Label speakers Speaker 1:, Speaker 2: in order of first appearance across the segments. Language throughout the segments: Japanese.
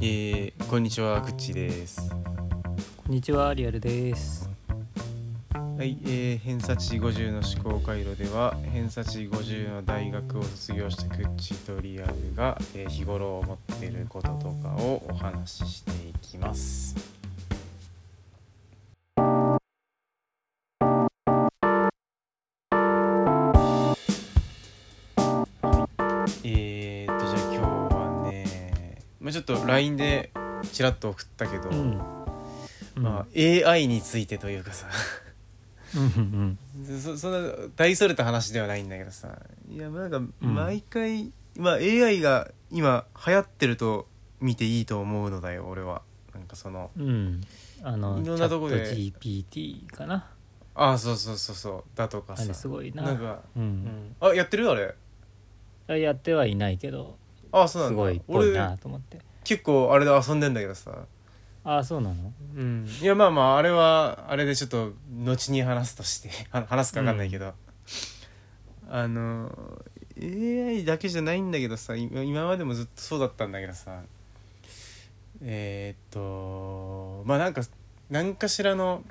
Speaker 1: えー、こんにちは、くっちーです。
Speaker 2: こんにちは、リアルです。
Speaker 1: はい、えー、偏差値50の思考回路では、偏差値50の大学を卒業したくっちーとリアルが、えー日頃思っていることとかをお話ししていきます。はいえーっと、じゃあ今日はね、まあ、ちょっと LINE でちらっと送ったけど、
Speaker 2: うん。
Speaker 1: まあ、AI についてというかさ
Speaker 2: うん、うん、
Speaker 1: そそんな大それた話ではないんだけどさいやなんか
Speaker 2: ん
Speaker 1: 毎回、まあ AI が今流行ってると見ていいと思うのだよ俺はなんかその
Speaker 2: うん。うん。あの、
Speaker 1: いろんなとこで
Speaker 2: チャット GPT かな。
Speaker 1: ああそうそうそうそうだとか
Speaker 2: あ
Speaker 1: さ
Speaker 2: れすごいな。
Speaker 1: なんか、
Speaker 2: う。
Speaker 1: うんん、あやってるあれ
Speaker 2: やってはいないけど、
Speaker 1: ああそうな
Speaker 2: す
Speaker 1: んだ
Speaker 2: ごいっぽい
Speaker 1: 俺
Speaker 2: なと思って。
Speaker 1: 結構あれで遊んでんだけどさ
Speaker 2: ああ、そうなの
Speaker 1: うんいやまあまああれはあれでちょっと後に話すとして は話すか分かんないけど、あの AI だけじゃないんだけどさ今今までもずっとそうだったんだけどさえーっとまあなんか何かしらの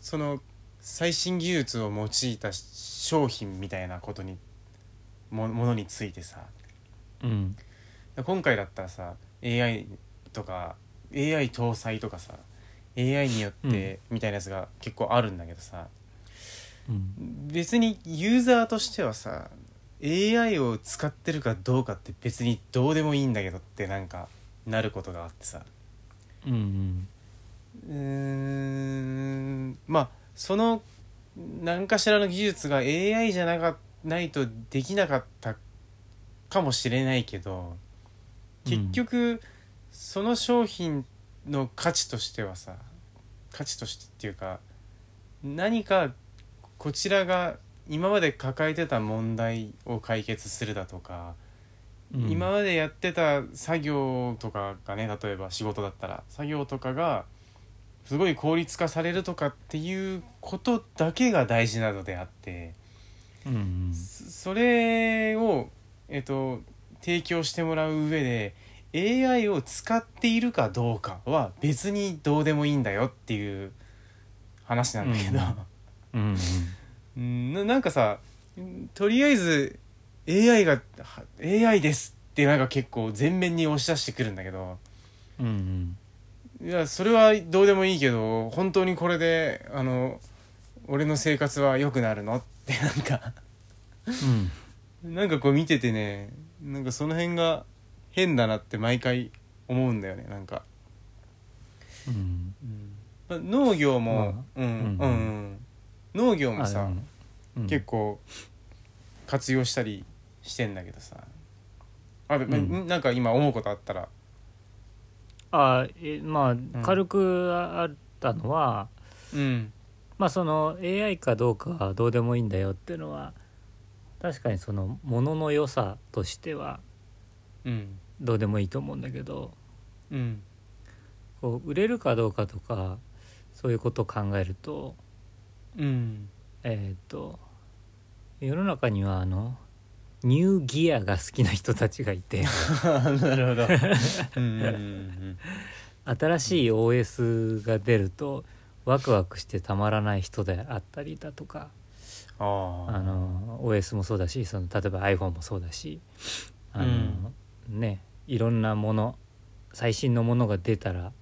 Speaker 1: その最新技術を用いた商品みたいなことにもものについてさ
Speaker 2: うん。
Speaker 1: 今回だったらさ AI とか AI 搭載とかさ AI によってみたいなやつが結構あるんだけどさ、
Speaker 2: うん。
Speaker 1: 別にユーザーとしてはさ AI を使ってるかどうかって別にどうでもいいんだけどってなんかなることがあってさ
Speaker 2: うん、うん。
Speaker 1: うーんまあその何かしらの技術が AI じゃなかないとできなかったかもしれないけど結局、その商品の価値としてはさ価値としてっていうか何かこちらが今まで抱えてた問題を解決するだとか、
Speaker 2: うん
Speaker 1: 今、までやってた作業とかがね例えば仕事だったら作業とかがすごい効率化されるとかっていうことだけが大事なのであって
Speaker 2: うん、うん。
Speaker 1: そそれを、えっと、提供してもらう上で AI を使っているかどうかは別にどうでもいいんだよっていう話なんだけど。
Speaker 2: うん、
Speaker 1: うんななんかさとりあえず AI がは AI ですってなんか結構全面に押し出してくるんだけど
Speaker 2: うん。うん、
Speaker 1: いやそれはどうでもいいけど本当にこれであの俺の生活は良くなるのって なんか
Speaker 2: うん。
Speaker 1: なんかこう見ててねなんかその辺が変だなって毎回思うんだよねなんか、
Speaker 2: うん。
Speaker 1: まあ農業も、うんうん
Speaker 2: うん
Speaker 1: うん農業もさ、
Speaker 2: うん
Speaker 1: 結、構活用したりしてんだけどさあでも
Speaker 2: うん
Speaker 1: なんか今思うことあったら
Speaker 2: ああ、え、まあ、軽くあったのは、
Speaker 1: うん
Speaker 2: まあその AI かどうかはどうでもいいんだよっていうのは確かにそのものの良さとしては
Speaker 1: うん
Speaker 2: どうでもいいと思うんだけど
Speaker 1: うん
Speaker 2: こう売れるかどうかとかそういうことを考えると
Speaker 1: うん
Speaker 2: えーっと世の中にはあのニューギアが好きな人たちがいて
Speaker 1: なるほ どうんうん
Speaker 2: 新しい OS が出るとワクワクしてたまらない人であったりだとか
Speaker 1: あ
Speaker 2: あ
Speaker 1: あ
Speaker 2: の OS もそうだしその例えば iPhone もそうだしあの、ねいろんなもの最新のものが出たら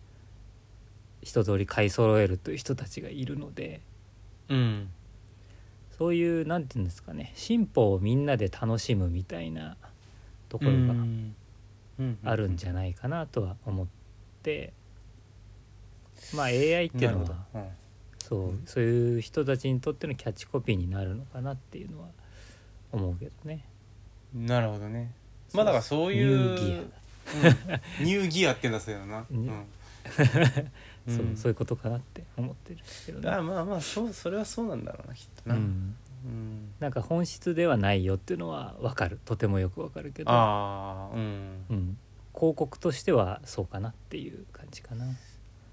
Speaker 2: 一通り買い揃えるという人たちがいるので
Speaker 1: うん
Speaker 2: そういうなんていうんですかね進歩をみんなで楽しむみたいなところがあるんじ
Speaker 1: ゃ
Speaker 2: ゃないかなとは思って、まあ AI っていうのはそうそういう人たちにとってのキャッチコピーになるのかなっていうのは思うけどね。
Speaker 1: なるほどねまあだからそういう
Speaker 2: ニューギア
Speaker 1: うんニューギアって言うんだそうやな
Speaker 2: ニュ
Speaker 1: うん
Speaker 2: そう
Speaker 1: うん
Speaker 2: そういうことかなって思ってるけどね、
Speaker 1: あまあまあそうそれはそうなんだろうなきっと
Speaker 2: う
Speaker 1: な、
Speaker 2: ん、
Speaker 1: うん
Speaker 2: なんか本質ではないよっていうのはわかるとてもよくわかるけど、
Speaker 1: ああうん
Speaker 2: うん、広告としてはそうかなっていう感じかな。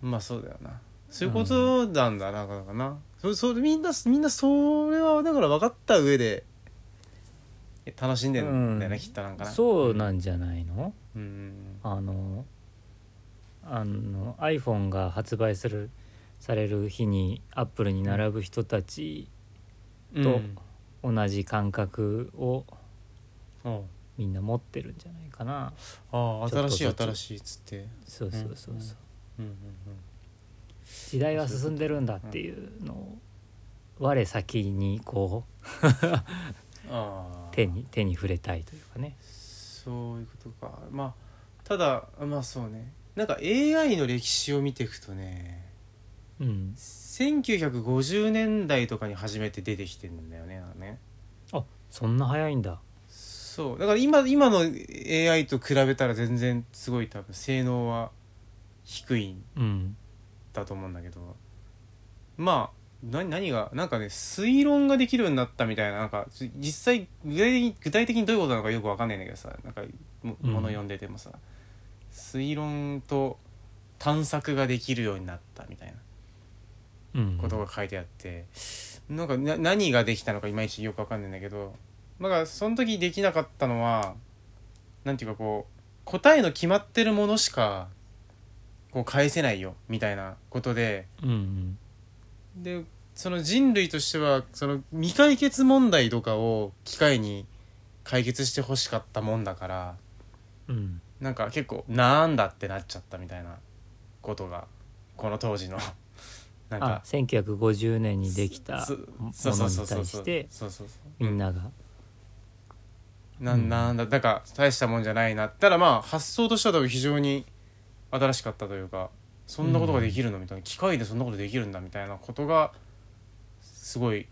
Speaker 1: まあそうだよなそういうことなんだな、なんかなそそみんなみんなそれはだから分かった上でえ楽しんでるんだよね、
Speaker 2: うん
Speaker 1: きっとなんかな
Speaker 2: そうなんじゃないの
Speaker 1: うん
Speaker 2: あのあの iPhone が発売するされる日にアップルに並ぶ人たちと同じ感覚を
Speaker 1: うんおう
Speaker 2: みんな持ってるんじゃないかな、
Speaker 1: ああ
Speaker 2: ちょっ
Speaker 1: 新
Speaker 2: とず
Speaker 1: し
Speaker 2: つ
Speaker 1: い新しいっつって
Speaker 2: そうそうそうそう
Speaker 1: うんうん
Speaker 2: 時代は進んでるんだっていうのを我先にこう
Speaker 1: うんああ
Speaker 2: 手に手に触れたいというかね
Speaker 1: そういうことかまあただまあそうねなんか AI の歴史を見ていくとね
Speaker 2: うん
Speaker 1: 1950年代とかに初めて出てきてるんだよねなんかね
Speaker 2: あそんな早いんだ
Speaker 1: そうだから今今の AI と比べたら全然すごい多分性能は低いん
Speaker 2: うん
Speaker 1: だと思うんだけどまあな何がなんかね推論ができるようになったみたいななんかじ実際具体的に具体的にどういうことなのかよくわかんないんだけどさなんかも
Speaker 2: うん
Speaker 1: 物読んでてもさ、推論と探索ができるようになったみたいな
Speaker 2: うん
Speaker 1: ことが書いてあって、なんかな何ができたのかいまいちよくわかんないんだけどなんかその時できなかったのはなんていうかこう答えの決まってるものしかこう返せないよみたいなことで
Speaker 2: うん
Speaker 1: でその人類としてはその未解決問題とかを機会に解決してほしかったもんだから
Speaker 2: うんうん
Speaker 1: なんか結構なんだってなっちゃったみたいなことがこの当時の なん
Speaker 2: あ
Speaker 1: か
Speaker 2: 1950年にできた
Speaker 1: そ
Speaker 2: もも
Speaker 1: そうそ
Speaker 2: の
Speaker 1: う
Speaker 2: に
Speaker 1: そうそう
Speaker 2: 対
Speaker 1: そ
Speaker 2: し
Speaker 1: う
Speaker 2: て
Speaker 1: そうそう
Speaker 2: みんなが
Speaker 1: な
Speaker 2: うん
Speaker 1: なんだだから大したもんじゃないなただまあ発想としては多分非常に新しかったというかそんなことができるのみたいな機械でそんなことできるんだみたいなことがすごい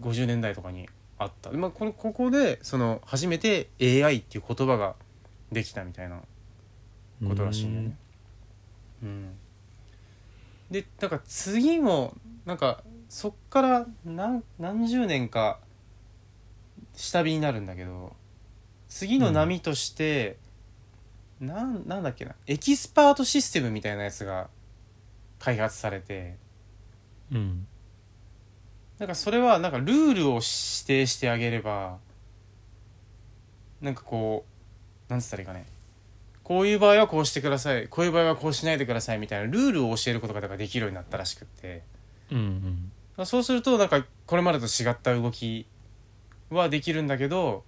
Speaker 1: 50年代とかにあった、まあ、このここでその初めて AI っていう言葉ができたみたいなことらしいんだよね。うん、でなんか次もなんかそっから何何十年か下火になるんだけど次の波として、なんなんだっけなエキスパートシステムみたいなやつが開発されて
Speaker 2: うん
Speaker 1: なんかそれはなんかルールを指定してあげればなんかこうなんつったらいいかねこういう場合はこうしてくださいこういう場合はこうしないでくださいみたいなルールを教えることがだからできるようになったらしくって
Speaker 2: うんうん
Speaker 1: まあそうするとなんかこれまでと違った動きはできるんだけど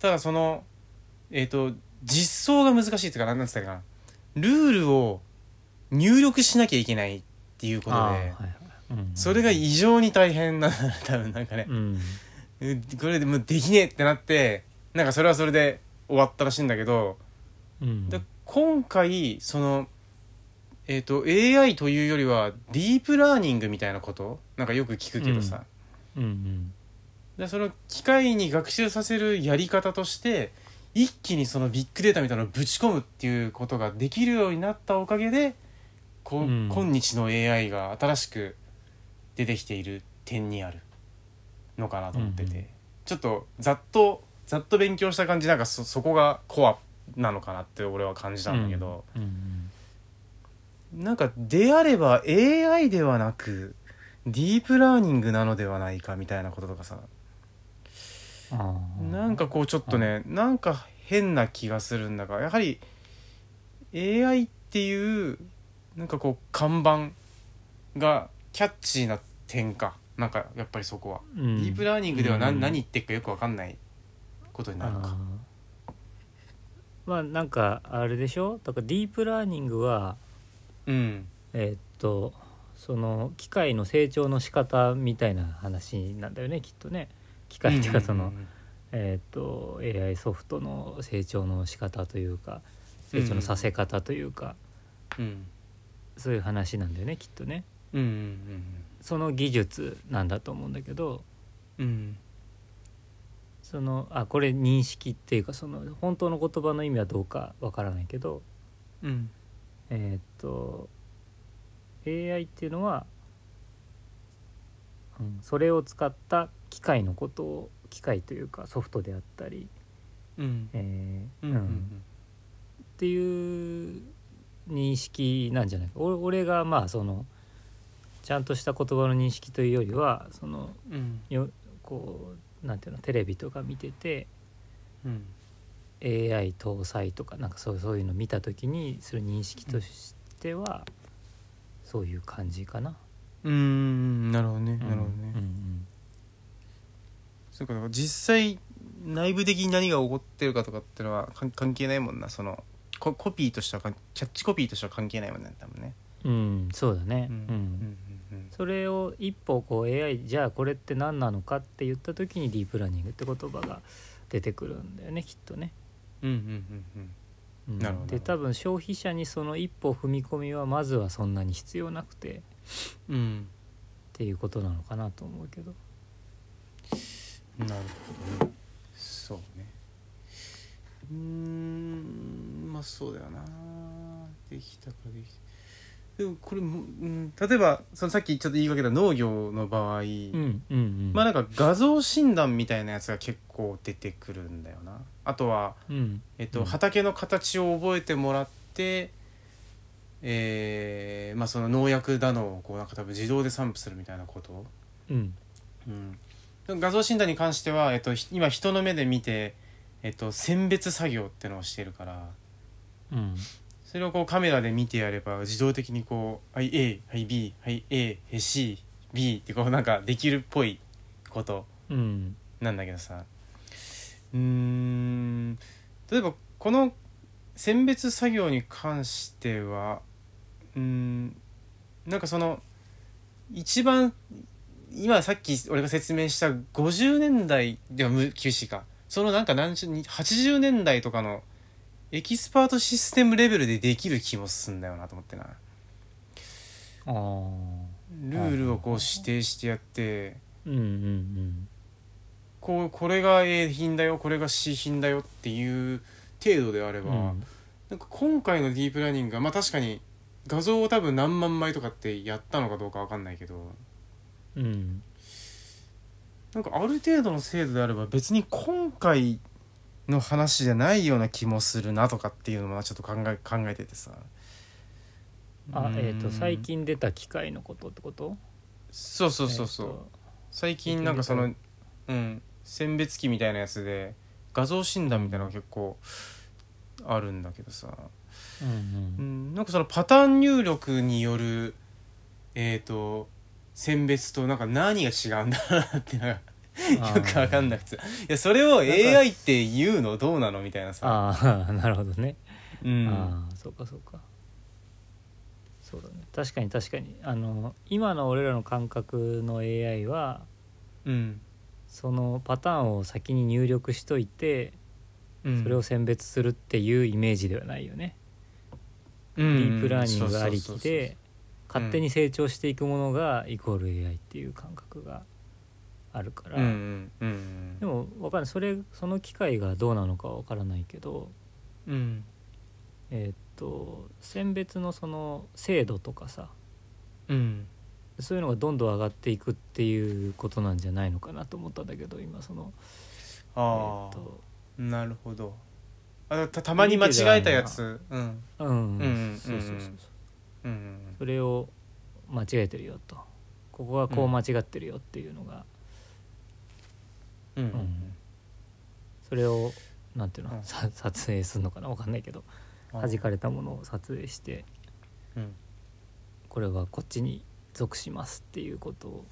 Speaker 1: ただそのえっ、と実装が難しいっていうかなんなんつったらいいかなルールを入力しなきゃいけないっていうことで。
Speaker 2: あーはいはいうん
Speaker 1: それが異常に大変な多分なんかね
Speaker 2: うん
Speaker 1: うんこれでもうできねえってなってなんかそれはそれで終わったらしいんだけど
Speaker 2: うん
Speaker 1: で今回そのえっ、と AI というよりはディープラーニングみたいなことなんかよく聞くけどさ、
Speaker 2: うんうん
Speaker 1: でその機械に学習させるやり方として一気にそのビッグデータみたいなのをぶち込むっていうことができるようになったおかげでこ、
Speaker 2: うん
Speaker 1: 今日の AI が新しく出てきている点にあるのかなと思ってて、
Speaker 2: うん
Speaker 1: ちょっとざっとざっと勉強した感じなんかそそこがコアなのかなって俺は感じたんだけど、
Speaker 2: うんうん
Speaker 1: なんかであれば AI ではなくディープラーニングなのではないかみたいなこととかさ
Speaker 2: あー
Speaker 1: なんかこうちょっとね、なんか変な気がするんだがやはり AI っていうなんかこう看板がキャッチーな点かなんかやっぱりそこは、
Speaker 2: デ
Speaker 1: ディープラーニングでは何,、
Speaker 2: うん
Speaker 1: 何言ってっかよく分かんないことになるのか
Speaker 2: あーまあなんかあれでしょだからディープラーニングは
Speaker 1: うん
Speaker 2: えーっとその機械の成長の仕方みたいな話なんだよねきっとね機械っていうかその、えーっと AI ソフトの成長の仕方というか成長のさせ方というか、
Speaker 1: うん
Speaker 2: そういう話なんだよねきっとね
Speaker 1: うん
Speaker 2: その技術なんだと思うんだけど
Speaker 1: うんうん
Speaker 2: そのあこれ認識っていうかその本当の言葉の意味はどうかわからないけど
Speaker 1: うん
Speaker 2: えーっと AI っていうのは、うん、それを使った機械のことを機械というかソフトであったり、
Speaker 1: うん
Speaker 2: えー
Speaker 1: う
Speaker 2: うん
Speaker 1: うん
Speaker 2: んっていう認識なんじゃないかお俺がまあそのちゃんとした言葉の認識というよりはその
Speaker 1: うん
Speaker 2: よこうなんていうのテレビとか見てて
Speaker 1: うん
Speaker 2: AI 搭載とかなんかそうそういうの見た時にする認識としては、そういう感じかな。
Speaker 1: うーんなるほどねなるほどね、
Speaker 2: うんうん
Speaker 1: そうかだから実際内部的に何が起こってるかとかってのはかん関係ないもんなそのココピーとしてはかんキャッチコピーとしては関係ないもんね多分ね
Speaker 2: うん、そうだね、
Speaker 1: う
Speaker 2: うんん
Speaker 1: うんうん
Speaker 2: それを一歩こう AI じゃあこれって何なのかって言った時にディープラーニングって言葉が出てくるんだよねきっとね。
Speaker 1: うんうんうんうん
Speaker 2: うん
Speaker 1: なるほど
Speaker 2: で多分消費者にその一歩踏み込みはまずはそんなに必要なくてっ
Speaker 1: うん
Speaker 2: ていうことなのかなと思うけど。
Speaker 1: なるほどねそうねうーんまあそうだよなできたかできたでもこれも、うん、例えばそのさっきちょっと言いかけた農業の場合、
Speaker 2: うんうんうん。
Speaker 1: まあなんか画像診断みたいなやつが結構出てくるんだよなあとは、
Speaker 2: うん
Speaker 1: えっと
Speaker 2: うん
Speaker 1: 畑の形を覚えてもらってえーまあ、その農薬だのをこうなんか多分自動で散布するみたいなこと
Speaker 2: うん
Speaker 1: うん、画像診断に関しては、えっと、ひ今人の目で見て、えっと、選別作業ってのをしてるから
Speaker 2: うん
Speaker 1: それをこうカメラで見てやれば自動的にこう「はい A はい B はい A はい C B」ってこうなんかできるっぽいこと
Speaker 2: うん
Speaker 1: なんだけどさうーん例えばこの選別作業に関してはうーんなんかその一番今さっき俺が説明した50年代ではむ厳しいかそのなんか何十に80年代とかのエキスパートシステムレベルでできる気もすんだよなと思ってな。
Speaker 2: ああ
Speaker 1: ルールをこう指定してやって
Speaker 2: うんうん
Speaker 1: こうこれが A 品だよこれが C 品だよっていう程度であれ
Speaker 2: うん
Speaker 1: ば、
Speaker 2: うん
Speaker 1: なんか今回のディープラーニングがまあ確かに画像を多分何万枚とかってやったのかどうかわかんないけど
Speaker 2: うん
Speaker 1: なんかある程度の精度であれば別に今回の話じゃないような気もするなとかっていうのもちょっと考え考えててさ
Speaker 2: あえっ、と最
Speaker 1: 近
Speaker 2: 近出た機械のことってこと
Speaker 1: そうそうそうそう、
Speaker 2: えーと
Speaker 1: 最近なんかそ
Speaker 2: 聞
Speaker 1: のうん選別機みたいなやつで画像診断みたいなのが結構あるんだけどさう
Speaker 2: うん
Speaker 1: ん、なんかそのパターン入力によるえっ、と選別となんか何が違うんだろうなってなんか
Speaker 2: うん、
Speaker 1: よく分かんなくていやそれを
Speaker 2: んか
Speaker 1: AI って言うのどうなのみたいなさ、
Speaker 2: ああ なるほどね、
Speaker 1: うん、
Speaker 2: ああそうかそうかそうだね確かに確かにあの今の俺らの感覚の AI は
Speaker 1: うん
Speaker 2: そのパターンを先に入力しといて
Speaker 1: うん
Speaker 2: それを選別するっていうイメージではないよね、
Speaker 1: デ
Speaker 2: ディープラーニングがありきで勝手に成長していくものがイコール AI っていう感覚があるから、
Speaker 1: うんうんうん
Speaker 2: でもわかんないそれその機械がどうなのかはわからないけど
Speaker 1: うん
Speaker 2: えーっと選別のその精度とかさ
Speaker 1: うん
Speaker 2: そういうのがどんどん上がっていくっていうことなんじゃないのかなと思ったんだけど今そのえー
Speaker 1: あ
Speaker 2: っ
Speaker 1: あ、
Speaker 2: と
Speaker 1: なるほどあたたまに間違えたやつうん
Speaker 2: う
Speaker 1: う
Speaker 2: ん
Speaker 1: んうん
Speaker 2: そうそうそうそう
Speaker 1: うんうん
Speaker 2: それを間違えてるよとここはこう間違ってるよっていうのが、
Speaker 1: うん
Speaker 2: うんそれをなんていうの、
Speaker 1: うん
Speaker 2: さ撮影するのかなわかんないけど
Speaker 1: うん
Speaker 2: 弾かれたものを撮影して
Speaker 1: うん
Speaker 2: これはこっちに属しますっていうことを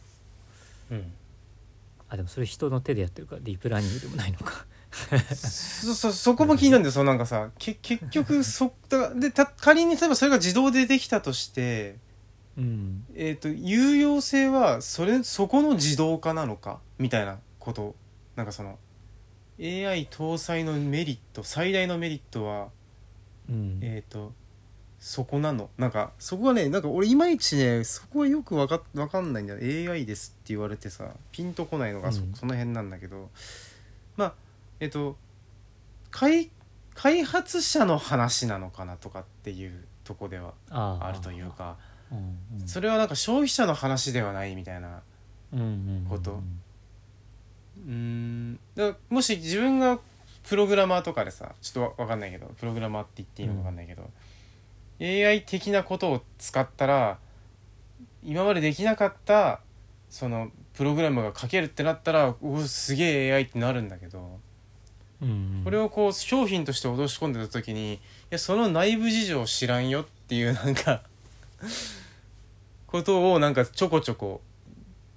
Speaker 1: うん
Speaker 2: あでもそれ人の手でやってるからディープラーニングでもないの か
Speaker 1: そそそこも気になるんだよそのなんかさけ結局そだでた仮に例えばそれが自動でできたとして、
Speaker 2: うん
Speaker 1: えー、と有用性はそれそこの自動化なのかみたいなことなんかその AI 搭載のメリット最大のメリットは
Speaker 2: うん
Speaker 1: えー、とそこなのなんかそこがねなんか俺いまいちねそこはよくわかわかんないんだよ AI ですって言われてさピンとこないのがそ,、
Speaker 2: うん
Speaker 1: その辺なんだけどまあえっ、と開開発者の話なのかなとかっていうとこでは
Speaker 2: あー
Speaker 1: あるというか
Speaker 2: うんうん
Speaker 1: それはなんか消費者の話ではないみたいな
Speaker 2: うんうん
Speaker 1: ことうーんだからもし自分がプログラマーとかでさちょっとわわかんないけどプログラマーって言っていいのかわかんないけど、AI 的なことを使ったら今までできなかったそのプログラムが書けるってなったらおーすげえ AI ってなるんだけど
Speaker 2: うん
Speaker 1: これをこう商品として脅し込んでた時にいやその内部事情知らんよっていうなんかことをなんかちょこちょこ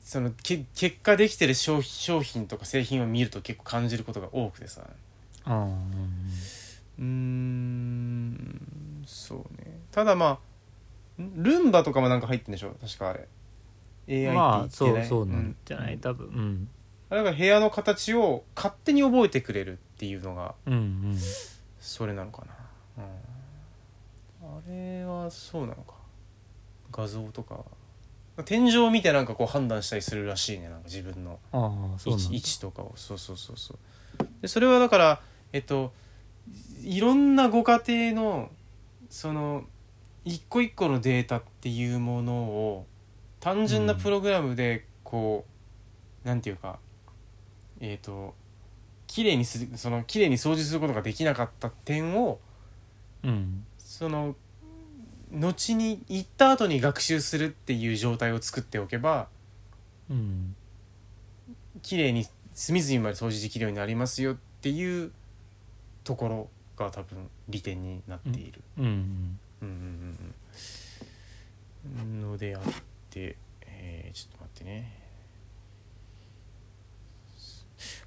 Speaker 1: そのけ結果できてる商商品とか製品を見ると結構感じることが多くてさ
Speaker 2: あーうん
Speaker 1: うーんそうねただまあんルンバとかもなんか入ってんでしょ確かあれ AI って
Speaker 2: まあ
Speaker 1: 言
Speaker 2: そ
Speaker 1: ってな
Speaker 2: う
Speaker 1: い
Speaker 2: そうなんじゃない、
Speaker 1: うん
Speaker 2: 多分うん
Speaker 1: だから部屋の形を勝手に覚えてくれるっていうのが
Speaker 2: うんうん
Speaker 1: それなのかな、うん、あれはそうなのか画像とか天井を見てなんかこう判断したりするらしいねなんか自分の
Speaker 2: ああ
Speaker 1: 位
Speaker 2: そうなん
Speaker 1: 置
Speaker 2: だ
Speaker 1: 位置とかをそうそうそうそうでそれはだからえっといろんなご家庭のその一個一個のデータっていうものを単純なプログラムでこう、なんていうかえっ、と綺麗にするその綺麗に掃除することができなかった点を
Speaker 2: うん
Speaker 1: その後に行った後に学習するっていう状態を作っておけば
Speaker 2: うん
Speaker 1: 綺麗に隅々まで掃除できるようになりますよっていうところが多分利点になっている、
Speaker 2: うんうん
Speaker 1: うんうんうんうん、のであって、えーちょっと待ってね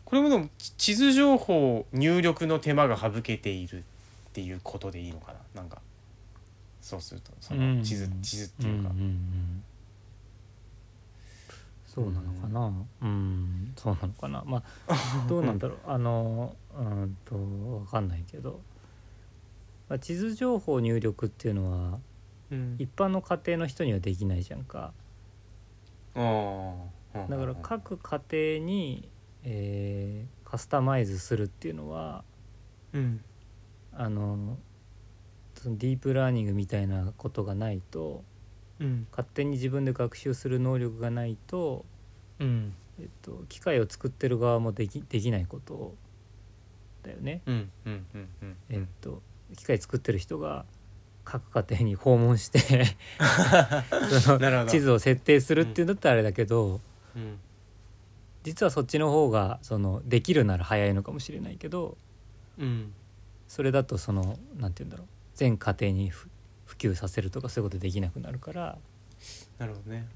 Speaker 1: これもでも地地図情報入力の手間が省けているっていうことでいいのかななんかそうするとその地図、
Speaker 2: うん
Speaker 1: 地図っていうか、
Speaker 2: んんんそうなのかなうん、そうなのかなまあどうなんだろうあのうんとわかんないけど、まあ、地図情報入力っていうのは
Speaker 1: うん
Speaker 2: 一般の家庭の人にはできないじゃんか
Speaker 1: ああ
Speaker 2: だから各家庭に、えーカスタマイズするっていうのは
Speaker 1: うん
Speaker 2: あのそのディープラーニングみたいなことがないと
Speaker 1: うん
Speaker 2: 勝手に自分で学習する能力がないと
Speaker 1: うん
Speaker 2: えっと、機械を作ってる側もできできないことだよね、
Speaker 1: うんうんうんうん
Speaker 2: えっと、機械作ってる人が各家庭に訪問して そ
Speaker 1: なるほ
Speaker 2: の
Speaker 1: ど
Speaker 2: 地図を設定するっていうんだったらあれだけど、
Speaker 1: うん
Speaker 2: 実はそっちの方がそのできるなら早いのかもしれないけど
Speaker 1: うん
Speaker 2: それだとそのなんて言うんだろう全家庭にふ普及させるとかそういうことできなくなるから、
Speaker 1: なるほどね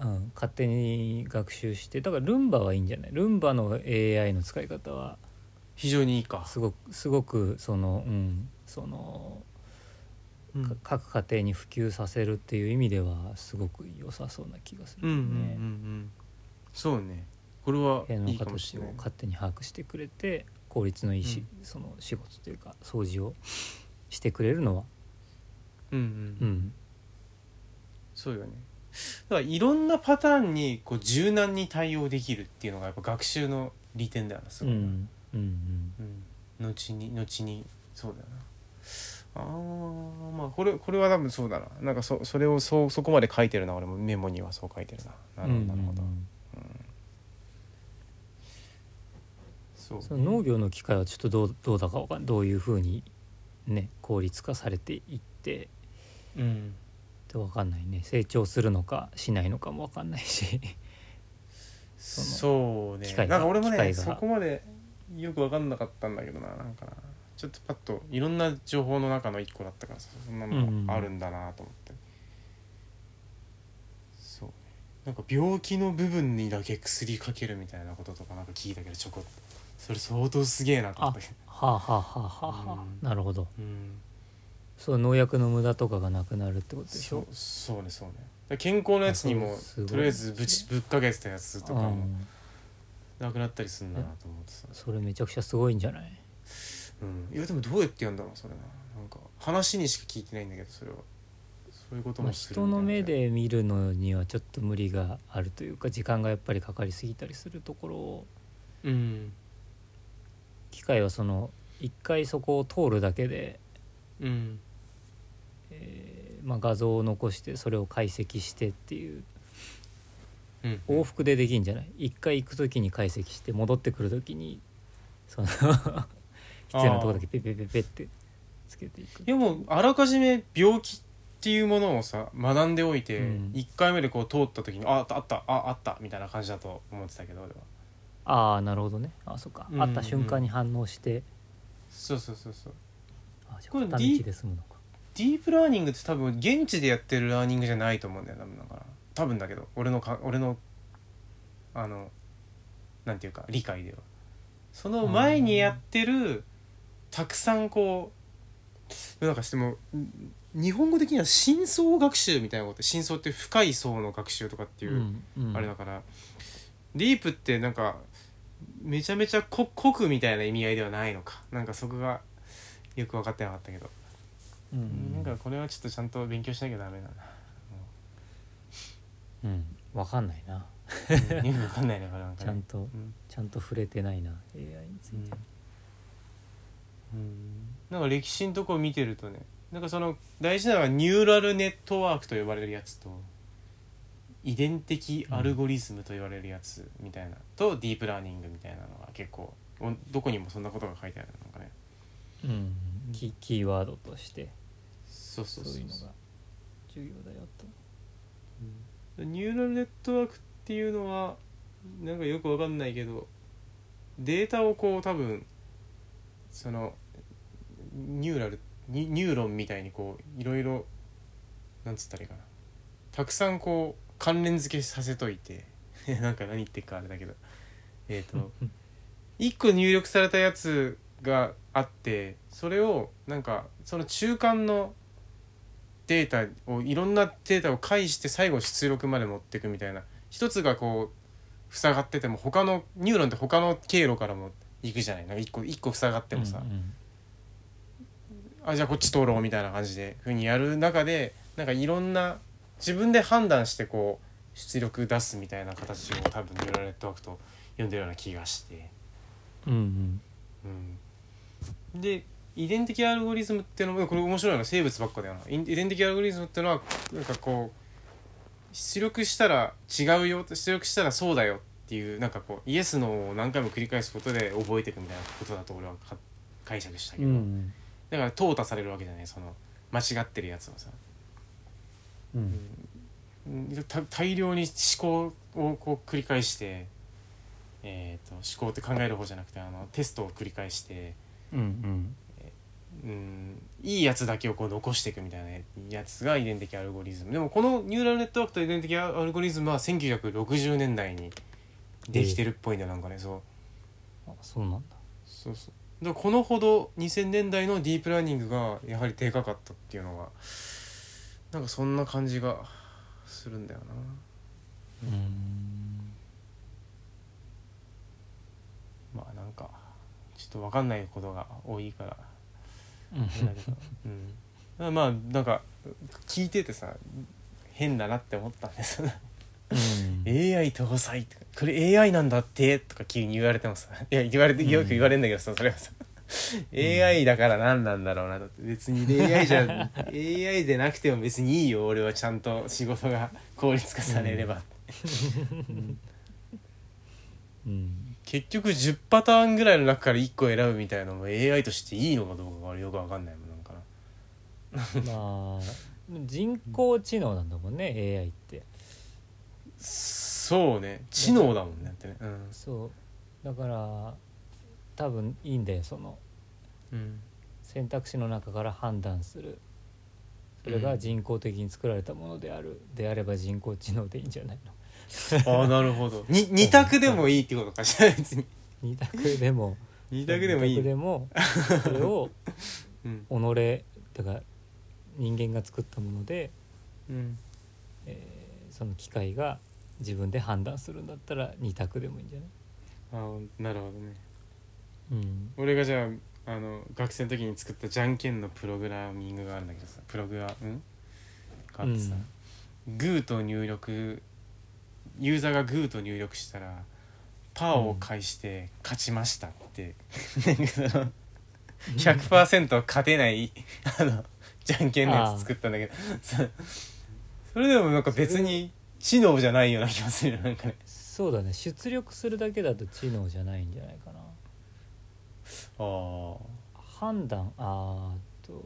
Speaker 1: うん
Speaker 2: うん、勝手に学習してだからルンバはいいんじゃないルンバの AI の使い方は
Speaker 1: 非常にいいか、
Speaker 2: すごくすごくそのうんその、
Speaker 1: うん、
Speaker 2: か各家庭に普及させるっていう意味ではすごく良さそうな気がす
Speaker 1: う
Speaker 2: る
Speaker 1: んうん
Speaker 2: よ
Speaker 1: うんう
Speaker 2: ね。
Speaker 1: んそうねこれは
Speaker 2: 部屋の
Speaker 1: いいかもし
Speaker 2: 形
Speaker 1: れ
Speaker 2: を
Speaker 1: ない
Speaker 2: 勝手に把握してくれて効率のいいし、
Speaker 1: うん
Speaker 2: その仕事というか掃除をしてくれるのは、
Speaker 1: うんう
Speaker 2: うんん、
Speaker 1: そうよねだからいろんなパターンにこう柔軟に対応できるっていうのがやっぱ学習の利点だよなす
Speaker 2: う
Speaker 1: ごいな、
Speaker 2: んうん
Speaker 1: うん後に後にそうだよなあーまあこれこれは多分そうだななんかそそれをそうそこまで書いてるな俺もメモにはそう書いてる
Speaker 2: う
Speaker 1: ななんるほどなるほど、
Speaker 2: うんうん
Speaker 1: そう
Speaker 2: その農業の機会はちょっとどうどうだかわかんどういうふうにね効率化されていってっ
Speaker 1: うん
Speaker 2: てわかんないね成長するのかしないのかもわかんないし。
Speaker 1: そうね
Speaker 2: 機械
Speaker 1: な
Speaker 2: が
Speaker 1: んか俺も
Speaker 2: 機械
Speaker 1: ね
Speaker 2: が
Speaker 1: そこまでよく分かんなかったんだけどななんかなちょっとパッといろんな情報の中の一個だったからさそんな
Speaker 2: うんう
Speaker 1: の
Speaker 2: ん
Speaker 1: があるんだなと思って、そうねなんか病気の部分にだけ薬かけるみたいなこととかなんか聞いたけどちょこっとそれ相当すげえなと思ったけど
Speaker 2: はあはあはあはあはあ、
Speaker 1: うん
Speaker 2: なるほど
Speaker 1: うん
Speaker 2: そう農薬の無駄とかがなくなるってことでし
Speaker 1: そ
Speaker 2: ょ
Speaker 1: うそうねそうねだから健康のやつに
Speaker 2: あ
Speaker 1: も
Speaker 2: そうすごい
Speaker 1: とりあえずぶちぶっかけてたやつとか
Speaker 2: う
Speaker 1: も
Speaker 2: ん
Speaker 1: なくなったりするんだなと思ってさ
Speaker 2: それめちゃくちゃすごいんじゃない
Speaker 1: うん、いやでもどうやってやるんだろうそれななんか話にしか聞いてないんだけどそれはそういうこと
Speaker 2: まあ、
Speaker 1: もする
Speaker 2: 人の目
Speaker 1: みたいな
Speaker 2: で見るのにはちょっと無理があるというか時間がやっぱりかかりすぎたりするところを
Speaker 1: うん
Speaker 2: 機械はその一回そこを通るだけで、
Speaker 1: うん
Speaker 2: えーまあ、画像を残してそれを解析してっていう
Speaker 1: うん
Speaker 2: 往復でできんじゃない一回行く時に解析して戻ってくる時にその必要なところだけペペペペってつけていく
Speaker 1: いやもうあらかじめ病気っていうものをさ学んでおいて、
Speaker 2: うん
Speaker 1: 一1回目でこう通った時にああったあったああったみたいな感じだと思ってたけど俺は
Speaker 2: ああなるほどねあそっか、
Speaker 1: うんうん
Speaker 2: 会った瞬間に反応して
Speaker 1: そうそうそうそう
Speaker 2: あじゃあ
Speaker 1: これ
Speaker 2: 片道
Speaker 1: D-
Speaker 2: で済むのか
Speaker 1: ディープラーニングって多分現地でやってるラーニングじゃないと思うんだよ多分だから多分だけど俺のか俺のあのなんていうか理解ではその前にやってるたくさんこうなんかしてもうん日本語的には深層学習みたいなこと深層って深い層の学習とかっていう、
Speaker 2: んうん
Speaker 1: あれだから、ディープってなんかめちゃめちゃこ濃くみたいな意味合いではないのかなんかそこがよく分かってなかったけど
Speaker 2: うん
Speaker 1: なんかこれはちょっとちゃんと勉強しなきゃダメだ
Speaker 2: うんわかんないな
Speaker 1: な。よくわかんないねこれなんか
Speaker 2: ちゃん
Speaker 1: ね。
Speaker 2: と
Speaker 1: うん
Speaker 2: ちゃんと触れてないな AI について、
Speaker 1: うんなんか歴史のとこを見てるとねなんかその大事なのはニューラルネットワークと呼ばれるやつと遺伝的アルゴリズムと言われるやつみたいな、とディープラーニングみたいなのが結構おどこにもそんなことが書いてあるなんかね
Speaker 2: うん、キキーワードとして
Speaker 1: そうそ
Speaker 2: そうう
Speaker 1: そう
Speaker 2: いうのが重要だよと
Speaker 1: ニューラルネットワークっていうのはなんかよくわかんないけどデータをこう多分そのニューラルニニューロンみたいにこういろいろなんつったらいいかなたくさんこう関連付けさせといて なんか何言ってるかあれだけどえっ、と1個入力されたやつがあってそれをなんかその中間のデータをいろんなデータを介して最後出力まで持っていくみたいな一つがこう塞がってても他のニューロンって他の経路からも行くじゃないなんか一個一個塞がってもさ、
Speaker 2: うんうん
Speaker 1: あじゃあこっち通ろうみたいな感じでふうにやる中でなんかいろんな自分で判断してこう出力出すみたいな形を多分ニューラルネットワークと呼んでるような気がして。
Speaker 2: うん
Speaker 1: うん、で遺伝的アルゴリズムっていうのもこれ面白いな生物ばっかだよな遺遺伝的アルゴリズムっていうのはなんかこう出力したら違うよ出力したらそうだよっていうなんかこうイエスノーを何回も繰り返すことで覚えていくみたいなことだと俺はか解釈したけ
Speaker 2: うんう
Speaker 1: ど、
Speaker 2: ん
Speaker 1: だから淘汰されるわけじゃないその間違ってるやつはさ、
Speaker 2: うん
Speaker 1: うんた大量に思考をこう繰り返して、えー、と思考って考える方じゃなくてあのテストを繰り返して。
Speaker 2: うんうん
Speaker 1: うんいいやつだけをこう残していくみたいなやつが遺伝的アルゴリズムでもこのニューラルネットワークと遺伝的アルゴリズムは1960年代にできてるっぽいんだよなんかねそう
Speaker 2: あそうなんだ
Speaker 1: そうそうだからこのほど2000年代のディープラーニングがやはりでかかったっていうのがなんかそんな感じがするんだよな
Speaker 2: うん
Speaker 1: まあなんかちょっと分かんないことが多いから
Speaker 2: うん
Speaker 1: あれだけどうんまあまあなんか聞いててさ変だなって思ったんですよ AI 搭載とかこれ AI なんだってとか急に言われてもさいや言われてよく言われるんだけどさ、それはさ AI だから何なんだろうなと別に AI じゃ AI でなくても別にいいよ俺はちゃんと仕事が効率化されれば、
Speaker 2: うん
Speaker 1: 結局10パターンぐらいの中から1個選ぶみたいなのも AI としていいのかどうかが俺よく分かんないもんなんかな
Speaker 2: まあ人工知能なんだもんね AI って
Speaker 1: そうね知能だもんねだってね
Speaker 2: そうだから多分いいんだよその
Speaker 1: うん、
Speaker 2: 選択肢の中から判断するそれが人工的に作られたものである、であれば人工知能でいいんじゃないの
Speaker 1: ああなるほど に2択でもいいってことかしら別に
Speaker 2: 二択でも
Speaker 1: 2択でもい
Speaker 2: 二択
Speaker 1: い、
Speaker 2: でもそれを
Speaker 1: うん
Speaker 2: 己だから人間が作ったもので、
Speaker 1: うん、
Speaker 2: えーその機械が自分で判断するんだったら二択でもいいんじゃない、
Speaker 1: ああなるほどね
Speaker 2: うん、
Speaker 1: 俺がじゃああの学生の時に作ったじゃんけんのプログラミングがあるんだけどさプログラうんがあってさ、グーと入力ユーザーがグーと入力したらパーを返して勝ちましたって、なんかその100%勝てないあのじゃんけんのやつ作ったんだけどさそれでもなんか別に知能じゃないような気がするよなんかね
Speaker 2: そうだね出力するだけだと知能じゃないんじゃないかな
Speaker 1: ああ
Speaker 2: 判断あーっと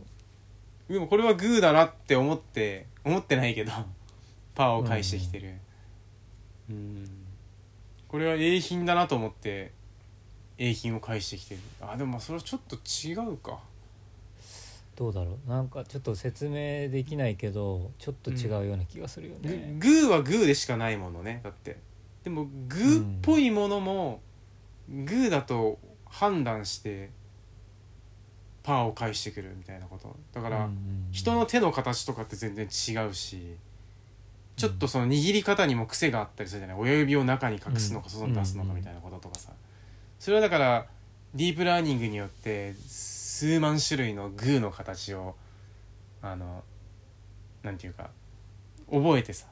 Speaker 1: でもこれはグーだなって思って 思ってないけどパーを返してきてるうんこれは A 品だなと思って A 品を返してきてるあでもまあそれはちょっと違うか
Speaker 2: どうだろうなんかちょっと説明できないけどちょっと違うような気がするよ
Speaker 1: グ
Speaker 2: ね、
Speaker 1: グーはグーでしかないものねだってでもグーっぽいものも、グーだと判断してパーを返してくるみたいなことだから、
Speaker 2: うんうんうん
Speaker 1: 人の手の形とかって全然違うしちょっとその握り方にも癖があったりするじゃない親指を中に隠すのか
Speaker 2: うん
Speaker 1: 外に出すのかみたいなこととかさそれはだからディープラーニングによって数万種類のグーの形をあのなんていうか覚えてさ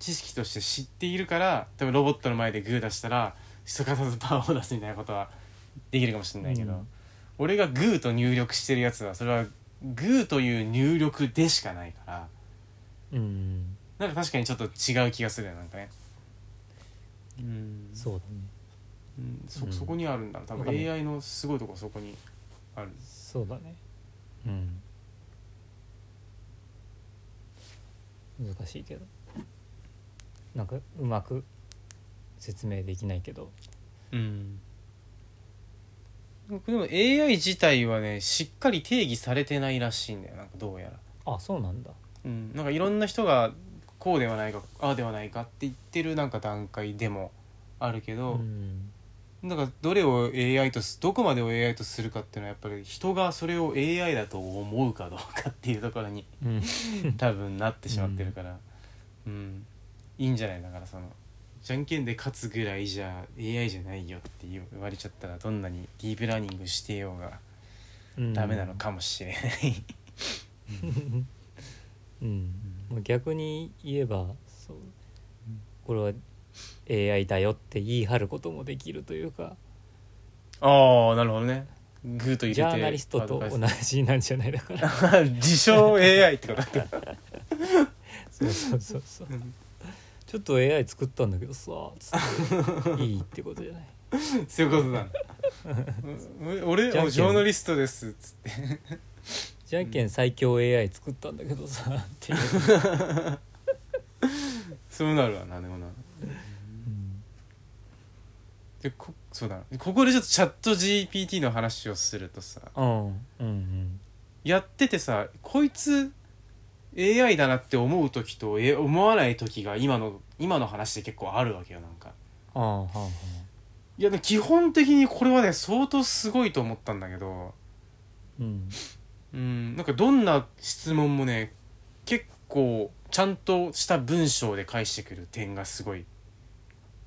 Speaker 1: 知識として知っているから多分ロボットの前でグー出したらすかさずパーを出すみたいなことはできるかもしれないけど、
Speaker 2: うん
Speaker 1: 俺がグーと入力してるやつはそれはグーという入力でしかないから
Speaker 2: うんうん
Speaker 1: なんか確かにちょっと違う気がするよなんかねうん
Speaker 2: そうだね
Speaker 1: うんそ,、
Speaker 2: うん
Speaker 1: そこにあるんだろう多
Speaker 2: わかんな
Speaker 1: 分
Speaker 2: い
Speaker 1: AI のすごいとこそこにある
Speaker 2: そうだねうん難しいけどなんかうまく説明できないけど
Speaker 1: うんでも AI 自体はねしっかり定義されてないらしいんだよなんかどうやら
Speaker 2: あそうなんだ
Speaker 1: うん、なんかいろんな人がこうではないかああではないかって言ってるなんか段階でもあるけど、
Speaker 2: ん
Speaker 1: なんかどれを AI とすどこまでを AI とするかっていうのはやっぱり人がそれを AI だと思うかどうかっていうところに
Speaker 2: うん
Speaker 1: 多分なってしまってるから、うんいいんじゃないだからそのじゃんけんで勝つぐらいじゃ AI じゃないよって言われちゃったらどんなにディープラーニングしてようが
Speaker 2: うん
Speaker 1: ダメなのかもしれない。
Speaker 2: うん、もう逆に言えばそうこれは AI だよって言い張ることもできるというか
Speaker 1: ああなるほどね。グーと入れて
Speaker 2: ジャーナリストと同じなんじゃないだから
Speaker 1: 自称 AI ってことだった
Speaker 2: そうそうそうそうちょっと AI 作ったんだけどさつっていいってことじゃない
Speaker 1: そういうことだなうん俺
Speaker 2: じゃんけん
Speaker 1: ジョーナリストですっつって
Speaker 2: じゃんけん最強 AI 作ったんだけどさっていう、
Speaker 1: そうなるわなでもな
Speaker 2: うん
Speaker 1: でこそうだなここでちょっとチャット GPT の話をするとさ
Speaker 2: うん、うん
Speaker 1: やっててさこいつ AI だなって思う時とえ思わない時が今の今の話で結構あるわけよなんか
Speaker 2: ああはんはん
Speaker 1: いやでも基本的にこれはね相当すごいと思ったんだけど
Speaker 2: うん
Speaker 1: うん、なんかどんな質問もね結構ちゃんとした文章で返してくる点がすごい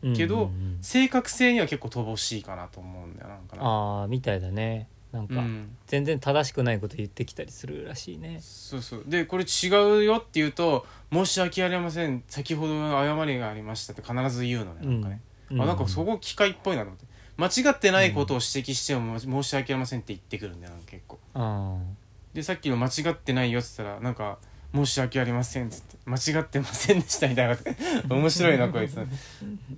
Speaker 2: うん
Speaker 1: けど
Speaker 2: うんうん
Speaker 1: 正確性には結構乏しいかなと思うんだよなんかな
Speaker 2: ああみたいだねなん
Speaker 1: う
Speaker 2: か
Speaker 1: ん、
Speaker 2: 全然正しくないこと言ってきたりするらしいね
Speaker 1: そうそうでこれ違うよって言うと「申し訳ありません先ほど誤りがありました」って必ず言うのねなんかね、あなんかそこ機械っぽいなと思って間違ってないことを指摘しても申し訳ありませんって言ってくるんだよなんか結構
Speaker 2: あ
Speaker 1: でさっきの「間違ってないよ」っつったらなんか「申し訳ありません」っつって「間違ってませんでした」みたいな こと面白いなこいつ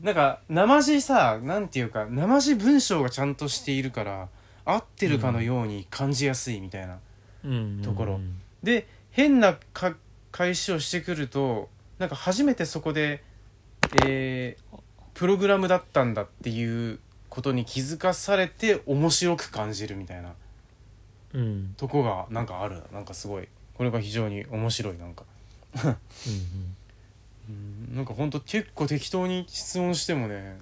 Speaker 1: なんか生地さなんていうか生地文章がちゃんとしているから合ってるかのように感じやすいみたいな、
Speaker 2: ーうんうん
Speaker 1: ところで変なか返しをしてくるとなんか初めてそこで、えープログラムだったんだっていうことに気づかされて面白く感じるみたいな
Speaker 2: うんうん
Speaker 1: とこがなんかあるななんかすごいこれが非常に面白いなんかなんかほんと結構適当に質問してもね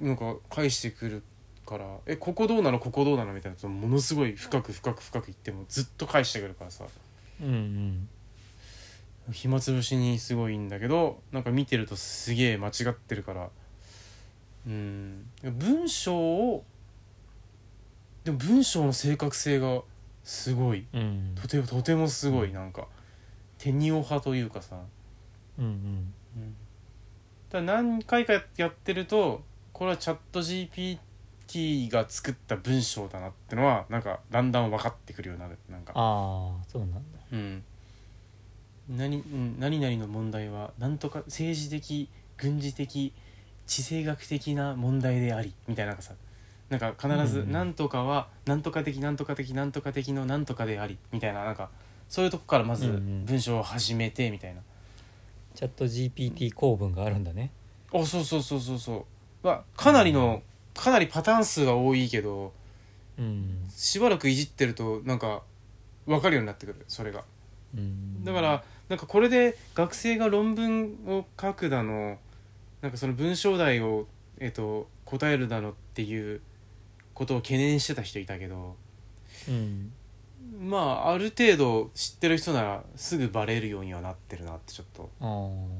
Speaker 1: なんか返してくるから「えここどうなのここどうなの?」みたいなとものすごい深く深く深く言ってもずっと返してくるからさ
Speaker 2: うんうんうん
Speaker 1: 暇つぶしにすごいいいんだけどなんか見てるとすげえ間違ってるからうん文章をでも文章の正確性がすごい
Speaker 2: うんうん
Speaker 1: とてもとてもすごいなんか手にお派というかさ、
Speaker 2: うんうん
Speaker 1: ただ何回かやってるとこれはチャット GPT が作った文章だなってのはなんかだんだん分かってくるようになるなんか、
Speaker 2: ああそうなんだ
Speaker 1: うん、何うん何々の問題はなんとか政治的軍事的地政学的な問題でありみたいななんかさなんか必
Speaker 2: う
Speaker 1: ず
Speaker 2: ん
Speaker 1: 何とかは何とか的何とか的何とか的の何とかでありみたいななんかそういうとこからまず
Speaker 2: うんうん
Speaker 1: 文章を始めてみたいな。
Speaker 2: チャット GPT 構文があるんだね
Speaker 1: あそうそうそうそうそう、まあ、かなりのかなりパターン数が多いけど
Speaker 2: うん
Speaker 1: しばらくいじってるとなんか分かるようになってくるそれが
Speaker 2: うん
Speaker 1: だからなんかこれで学生が論文を書くだのなんかその文章題を、えっと答えるだのっていうことを懸念してた人いたけど
Speaker 2: うん
Speaker 1: まあある程度知ってる人ならすぐバレるようにはなってるなってちょっと
Speaker 2: ああ
Speaker 1: 思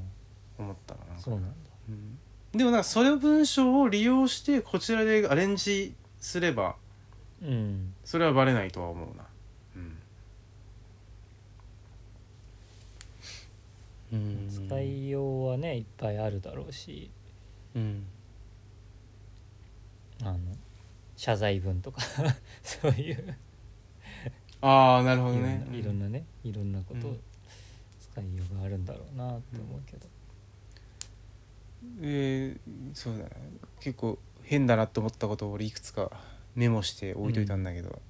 Speaker 1: ったな
Speaker 2: そうなんだ
Speaker 1: うんでもなんかその文章を利用してこちらでアレンジすれば
Speaker 2: うん
Speaker 1: それはバレないとは思うなうんうん
Speaker 2: 使いようはねいっぱいあるだろうし
Speaker 1: うん
Speaker 2: あの謝罪文とか そういう
Speaker 1: ああなるほ
Speaker 2: い
Speaker 1: ど
Speaker 2: ろん
Speaker 1: ね
Speaker 2: ないうろんなねいろんなこと
Speaker 1: う
Speaker 2: を
Speaker 1: ん
Speaker 2: 使いようがあるんだろうなって思うけど、
Speaker 1: えーそうだな結構変だなと思ったことを俺いくつかメモして置いといたんだけど、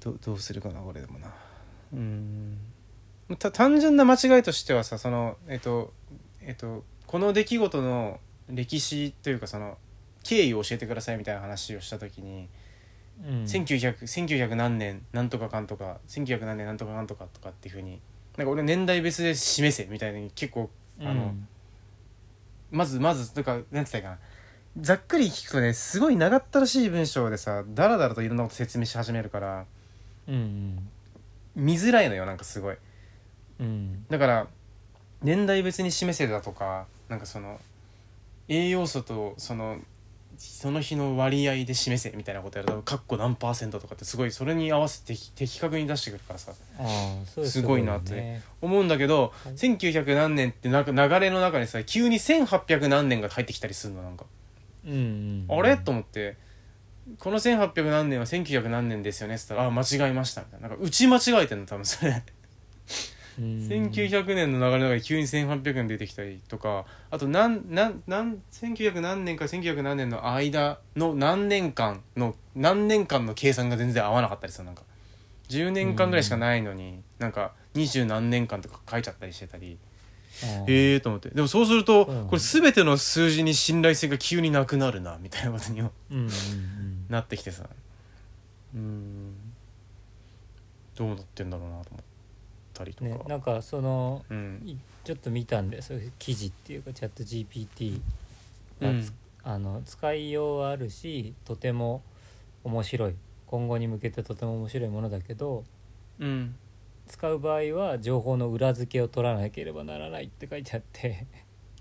Speaker 1: どどうするかなこれでもなうんた単純な間違いとしてはさそのえっとえっとこの出来事の歴史というかその経緯を教えてくださいみたいな話をした時に、
Speaker 2: うん
Speaker 1: 1900 1900何年なんとかかんとか1900何年なんとかかんとかとかっていうふうになんか俺年代別で示せみたいに結構あの
Speaker 2: うん
Speaker 1: まずまずとかなんつったらいいかなざっくり聞くとねすごい長ったらしい文章でさダラダラといろんなこと説明し始めるから
Speaker 2: うん
Speaker 1: 見づらいのよなんかすごい
Speaker 2: うんうん
Speaker 1: だから年代別に示せだとかなんかその栄養素とそのその日の割合で示せみたいなことやるとかっこ何パーセントとかってすごいそれに合わせて的的確に出してくるからさ
Speaker 2: ああそれ
Speaker 1: すごいなって
Speaker 2: ね
Speaker 1: 思うんだけど
Speaker 2: はい
Speaker 1: 1900何年ってなんか流れの中にさ急に1800何年が入ってきたりするのなんか
Speaker 2: うんうんうん
Speaker 1: あれと思って「この1800何年は1900何年ですよね」っつったら「あ間違えました」みたいななんか打ち間違えてんの多分それ
Speaker 2: うん
Speaker 1: 1900年の流れの中で急に1800年出てきたりとかあとなんなんなん1900何年か1900何年の間の何年間の何年間の計算が全然合わなかったりするなんか10年間ぐらいしかないのになんか二十何年間とか書いちゃったりしてたり
Speaker 2: ああ
Speaker 1: へえと思ってでもそうすると
Speaker 2: そうなの
Speaker 1: これ全ての数字に信頼性が急になくなるなみたいなことにも
Speaker 2: うんうんうん
Speaker 1: なってきてさうーんどうなってんだろうなと思ったりと
Speaker 2: ね
Speaker 1: か、
Speaker 2: なんかその
Speaker 1: うん
Speaker 2: いちょっと見たんでそういう記事っていうかチャット GPT
Speaker 1: う
Speaker 2: が
Speaker 1: ん
Speaker 2: つ、あの使いようはあるしとても面白い今後に向けてとても面白いものだけど
Speaker 1: うん
Speaker 2: 使う場合は情報の裏付けを取らなければならないって書いてあって、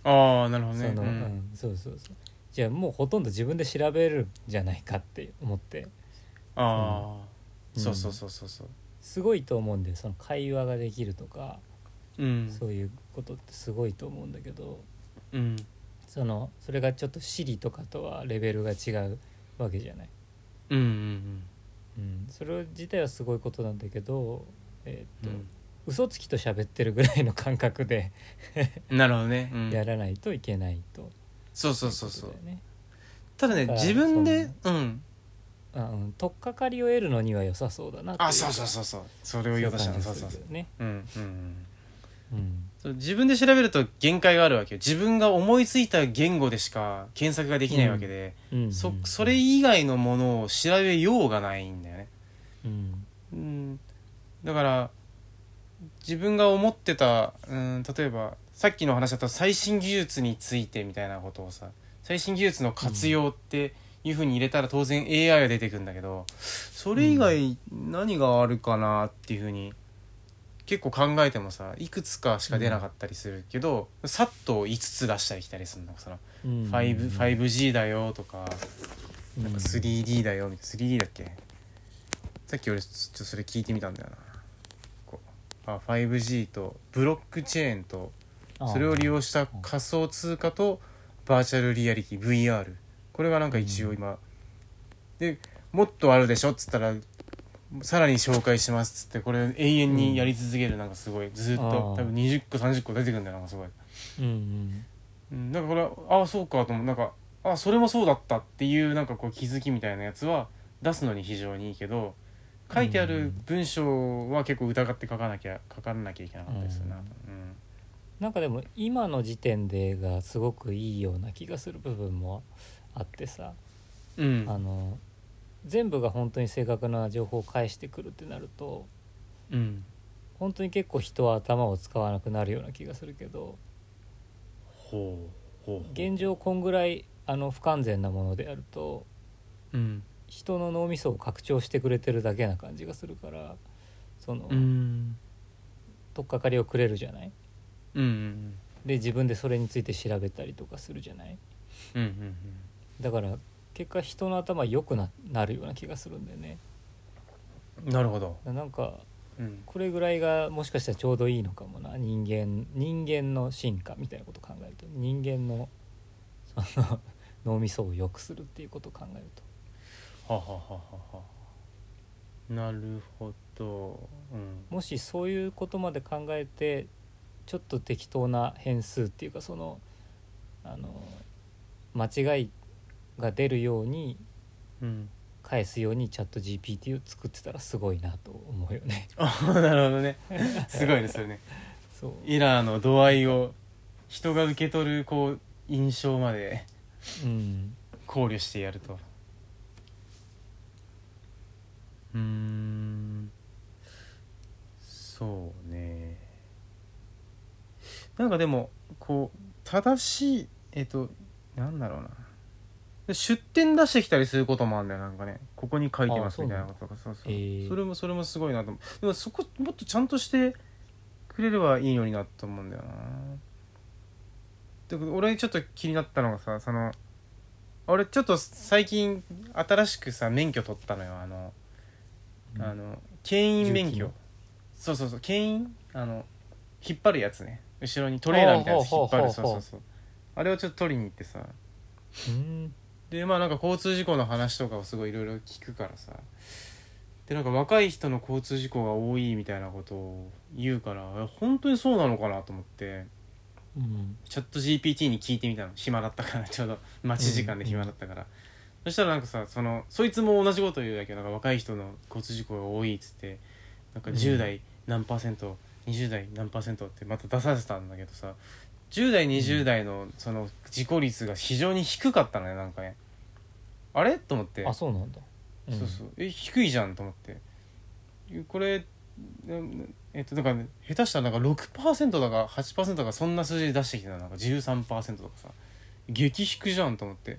Speaker 1: ああなるほど
Speaker 2: そ
Speaker 1: ね
Speaker 2: の、
Speaker 1: う
Speaker 2: うん
Speaker 1: ん
Speaker 2: そうそうそうじゃあもうほとんど自分で調べるんじゃないかって思って
Speaker 1: ああ、
Speaker 2: うん
Speaker 1: そうそうそうそうそう
Speaker 2: すごいと思うんでその会話ができるとか、
Speaker 1: うん
Speaker 2: そういうことってすごいと思うんだけど
Speaker 1: うん
Speaker 2: そのそれがちょっと Siri とかとはレベルが違うわけじゃない。
Speaker 1: うんうん
Speaker 2: うん、それ自体はすごいことなんだけど、えー
Speaker 1: う
Speaker 2: っと
Speaker 1: ん
Speaker 2: 嘘つきと喋ってるぐらいの感覚で
Speaker 1: うんなるほどね、うん
Speaker 2: やらないといけないと、
Speaker 1: そうそうそうそう
Speaker 2: といことだよね
Speaker 1: ただね
Speaker 2: だから
Speaker 1: 自分でうん
Speaker 2: あうん、取っかかりを得るのには良さそうだなってい
Speaker 1: あそうそうそうそうそれを言おうとしたのそうそうそう
Speaker 2: う感じがするよね
Speaker 1: うんうんうん
Speaker 2: うん
Speaker 1: そう自分で調べると限界があるわけよ自分が思いついた言語でしか検索ができないわけで、
Speaker 2: うんうん
Speaker 1: そそれ以外のものを調べようがないんだよね、
Speaker 2: うん
Speaker 1: うん、だから自分が思ってた、うん、例えばさっきの話だった最新技術についてみたいなことをさ最新技術の活用っていうふうに入れたら当然 AI は出てくるんだけどそれ以外何があるかなっていうふうに結構考えてもさいくつかしか出なかったりするけど、さっと5つ出したり来たりするのその
Speaker 2: うん、
Speaker 1: 5 5G だよとか。
Speaker 2: うん
Speaker 1: なんか 3D だよみたいな 3D だっけさっき俺ちょっとそれ聞いてみたんだよなこうあ 5G とブロックチェーンとそれを利用した仮想通貨とバーチャルリアリティ VR これがなんか一応今、でもっとあるでしょっつったらさらに紹介しますっつってこれ永遠にやり続けるなんかすごいずっと
Speaker 2: あー
Speaker 1: 多分20個30個出てくるんだよなんかすごい
Speaker 2: うんうん
Speaker 1: うん、なんかこれはああそうかと思うなんかああそれもそうだったっていうなんかこう気づきみたいなやつは出すのに非常にいいけど書いてある文章は結構疑って書かなきゃ書かなきゃいけなかったりするな、
Speaker 2: う
Speaker 1: うんん
Speaker 2: なんかでも今の時点でがすごくいいような気がする部分もあってさ、
Speaker 1: うん
Speaker 2: あの全部が本当に正確な情報を返してくるってなると
Speaker 1: うん
Speaker 2: 本当に結構人は頭を使わなくなるような気がするけど
Speaker 1: ほうほうほう
Speaker 2: 現状こんぐらいあの不完全なものであると
Speaker 1: うん
Speaker 2: 人の脳みそを拡張してくれてるだけな感じがするからその、
Speaker 1: うん
Speaker 2: 取っかかりをくれるじゃない
Speaker 1: うんうん
Speaker 2: で自分でそれについて調べたりとかするじゃない
Speaker 1: うんうん
Speaker 2: だから結果人の頭良くななるような気がするんだよね
Speaker 1: うんなるほど
Speaker 2: なんか
Speaker 1: うん
Speaker 2: これぐらいがもしかしたらちょうどいいのかもな人間人間の進化みたいなことを考えると人間の その脳みそを良くするっていうことを考えると
Speaker 1: はははははなるほどうん
Speaker 2: もしそういうことまで考えてちょっと適当な変数っていうかそのあの間違いが出るように
Speaker 1: うん
Speaker 2: 返すようにチャット GPT を作ってたらすごいなと思うよね
Speaker 1: あ なるほどねすごいですよね
Speaker 2: そう
Speaker 1: エラーの度合いを人が受け取るこう印象まで
Speaker 2: うん
Speaker 1: 考慮してやるとうーんそうねなんかでもこう正しいえっとなんだろうなで出典出してきたりすることもあるんだよなんかねここに書いてますみたいなこととかそうそう、
Speaker 2: へー
Speaker 1: それもそれもすごいなと思うでもそこもっとちゃんとしてくれればいいのになと思うんだよなで俺ちょっと気になったのがさその俺ちょっと最近新しくさ免許取ったのよあの、
Speaker 2: うん
Speaker 1: あの牽引免
Speaker 2: 重機
Speaker 1: 許
Speaker 2: の
Speaker 1: そうそうそう牽引あの引っ張るやつね後ろにトレーラーみたいなやつ
Speaker 2: ほ
Speaker 1: 引
Speaker 2: う
Speaker 1: っ張
Speaker 2: ほうほう
Speaker 1: るそ
Speaker 2: ほう
Speaker 1: うそうそうあれをちょっと取りに行ってさ
Speaker 2: うん
Speaker 1: でまあなんか交通事故の話とかをすごいいろいろ聞くからさでなんか若い人の交通事故が多いみたいなことを言うからえ本当にそうなのかなと思って
Speaker 2: うん
Speaker 1: チャット GPT に聞いてみたの暇だったから ちょうど待ち時間で暇だったから、そしたらなんかさそのそいつも同じこと言うんだけどなんか若い人の交通事故が多いっつってなんか
Speaker 2: うん
Speaker 1: 10代何パーセント、20代何パーセントってまた出させたんだけどさ10代20代のその事故率が非常に低かったのねなんかねあれと思って
Speaker 2: あそうなんだ、ん
Speaker 1: そうそうえ低いじゃんと思ってえこれななえっとだから、ね、下手したらなんか6%だか8%だかそんな数字出してきてたなんか13%とかさ激低じゃんと思って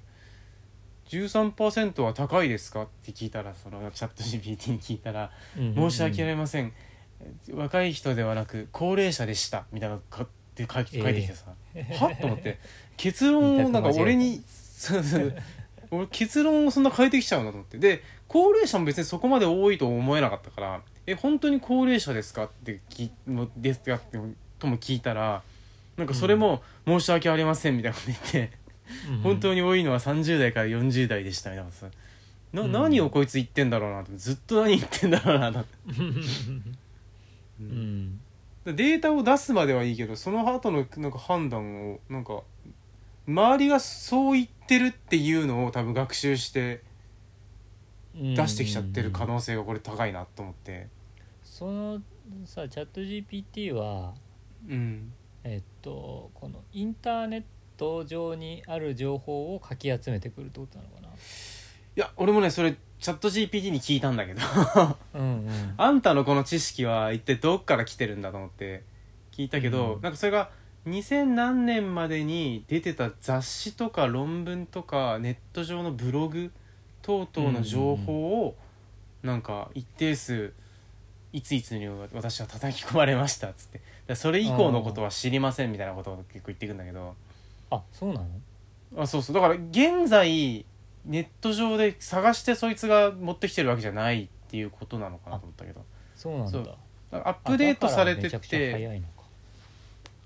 Speaker 1: 13%は高いですかって聞いたらそのチャット GPT に聞いたら
Speaker 2: うんうんうん
Speaker 1: 申し訳ありません、若い人ではなく高齢者でしたみたいなのかって書いて
Speaker 2: ええ
Speaker 1: 書いてきてさ、はっと思って結論をなんか俺にそうそう俺結論をそんな変えてきちゃうなと思ってで高齢者も別にそこまで多いと思えなかったから「え本当に高齢者ですか?」ってきもですかってとも聞いたらなんかそれも「申し訳ありません」みたいなこと言って。
Speaker 2: うんうん
Speaker 1: 本当に多いのは30代から40代でしたみたいなさな、
Speaker 2: うん
Speaker 1: 何をこいつ言ってんだろうなってずっと何言ってんだろうなと、
Speaker 2: う
Speaker 1: だか
Speaker 2: ん
Speaker 1: らデータを出すまではいいけどその後のなんか判断をなんか周りがそう言ってるっていうのを多分学習して出してきちゃってる可能性がこれ高いなと思って
Speaker 2: そのさチャット GPT は
Speaker 1: うん
Speaker 2: えっとこのインターネット上にある情報をかき集めてくるってことなのか
Speaker 1: いや俺もねそれチャット GPT に聞いたんだけど
Speaker 2: なうんうん
Speaker 1: あんたのこの知識は一体どっから来てるんだと思って聞いたけど、
Speaker 2: うん
Speaker 1: なんかそれが2000何年までに出てた雑誌とか論文とかネット上のブログ等々の情報をなんか一定数いついつに私は叩き込まれましたっつってだからそれ以降のことは知りませんみたいなことを結構言ってくんだけど
Speaker 2: あそうなの
Speaker 1: あそうそうだから現在ネット上で探してそいつが持ってきてるわけじゃないっていうことなのかなと思ったけど
Speaker 2: そうなんだ
Speaker 1: そうアップデートされて
Speaker 2: あだからめちゃくちゃ
Speaker 1: て
Speaker 2: 早いのか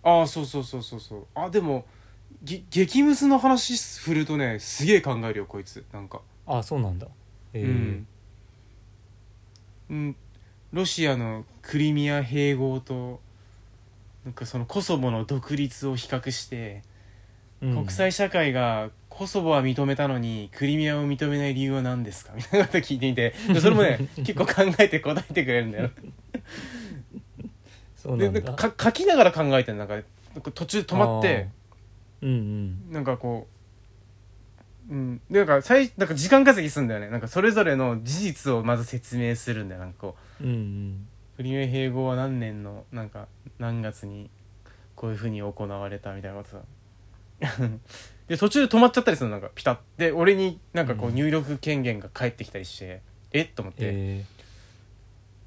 Speaker 1: ああそうそうそうそうそうあでもぎ激ムスの話振るとねすげえ考えるよこいつなんか、
Speaker 2: あそうなんだえ
Speaker 1: う
Speaker 2: ー
Speaker 1: ん、うん、ロシアのクリミア併合となんかそのコソボの独立を比較して、
Speaker 2: うん
Speaker 1: 国際社会がコソボは認めたのにクリミアを認めない理由は何ですかみたいなこと聞いてみてでそれも ね結構考えて答えてくれるんだよ
Speaker 2: そうな
Speaker 1: で
Speaker 2: ん
Speaker 1: で
Speaker 2: だ
Speaker 1: か書きながら考えてるなんかなんか途中で止まって
Speaker 2: うんうん
Speaker 1: なんかこううんでなんか最なんか時間稼ぎするんだよねなんかそれぞれの事実をまず説明するんだよなんかこう
Speaker 2: うんうん
Speaker 1: クリミア併合は何年のなんか何月にこういうふうに行われたみたいなことさ で途中で止まっちゃったりするのなんかピタッで俺になんかこう
Speaker 2: うん
Speaker 1: 入力権限が返ってきたりして、えっと思って、
Speaker 2: え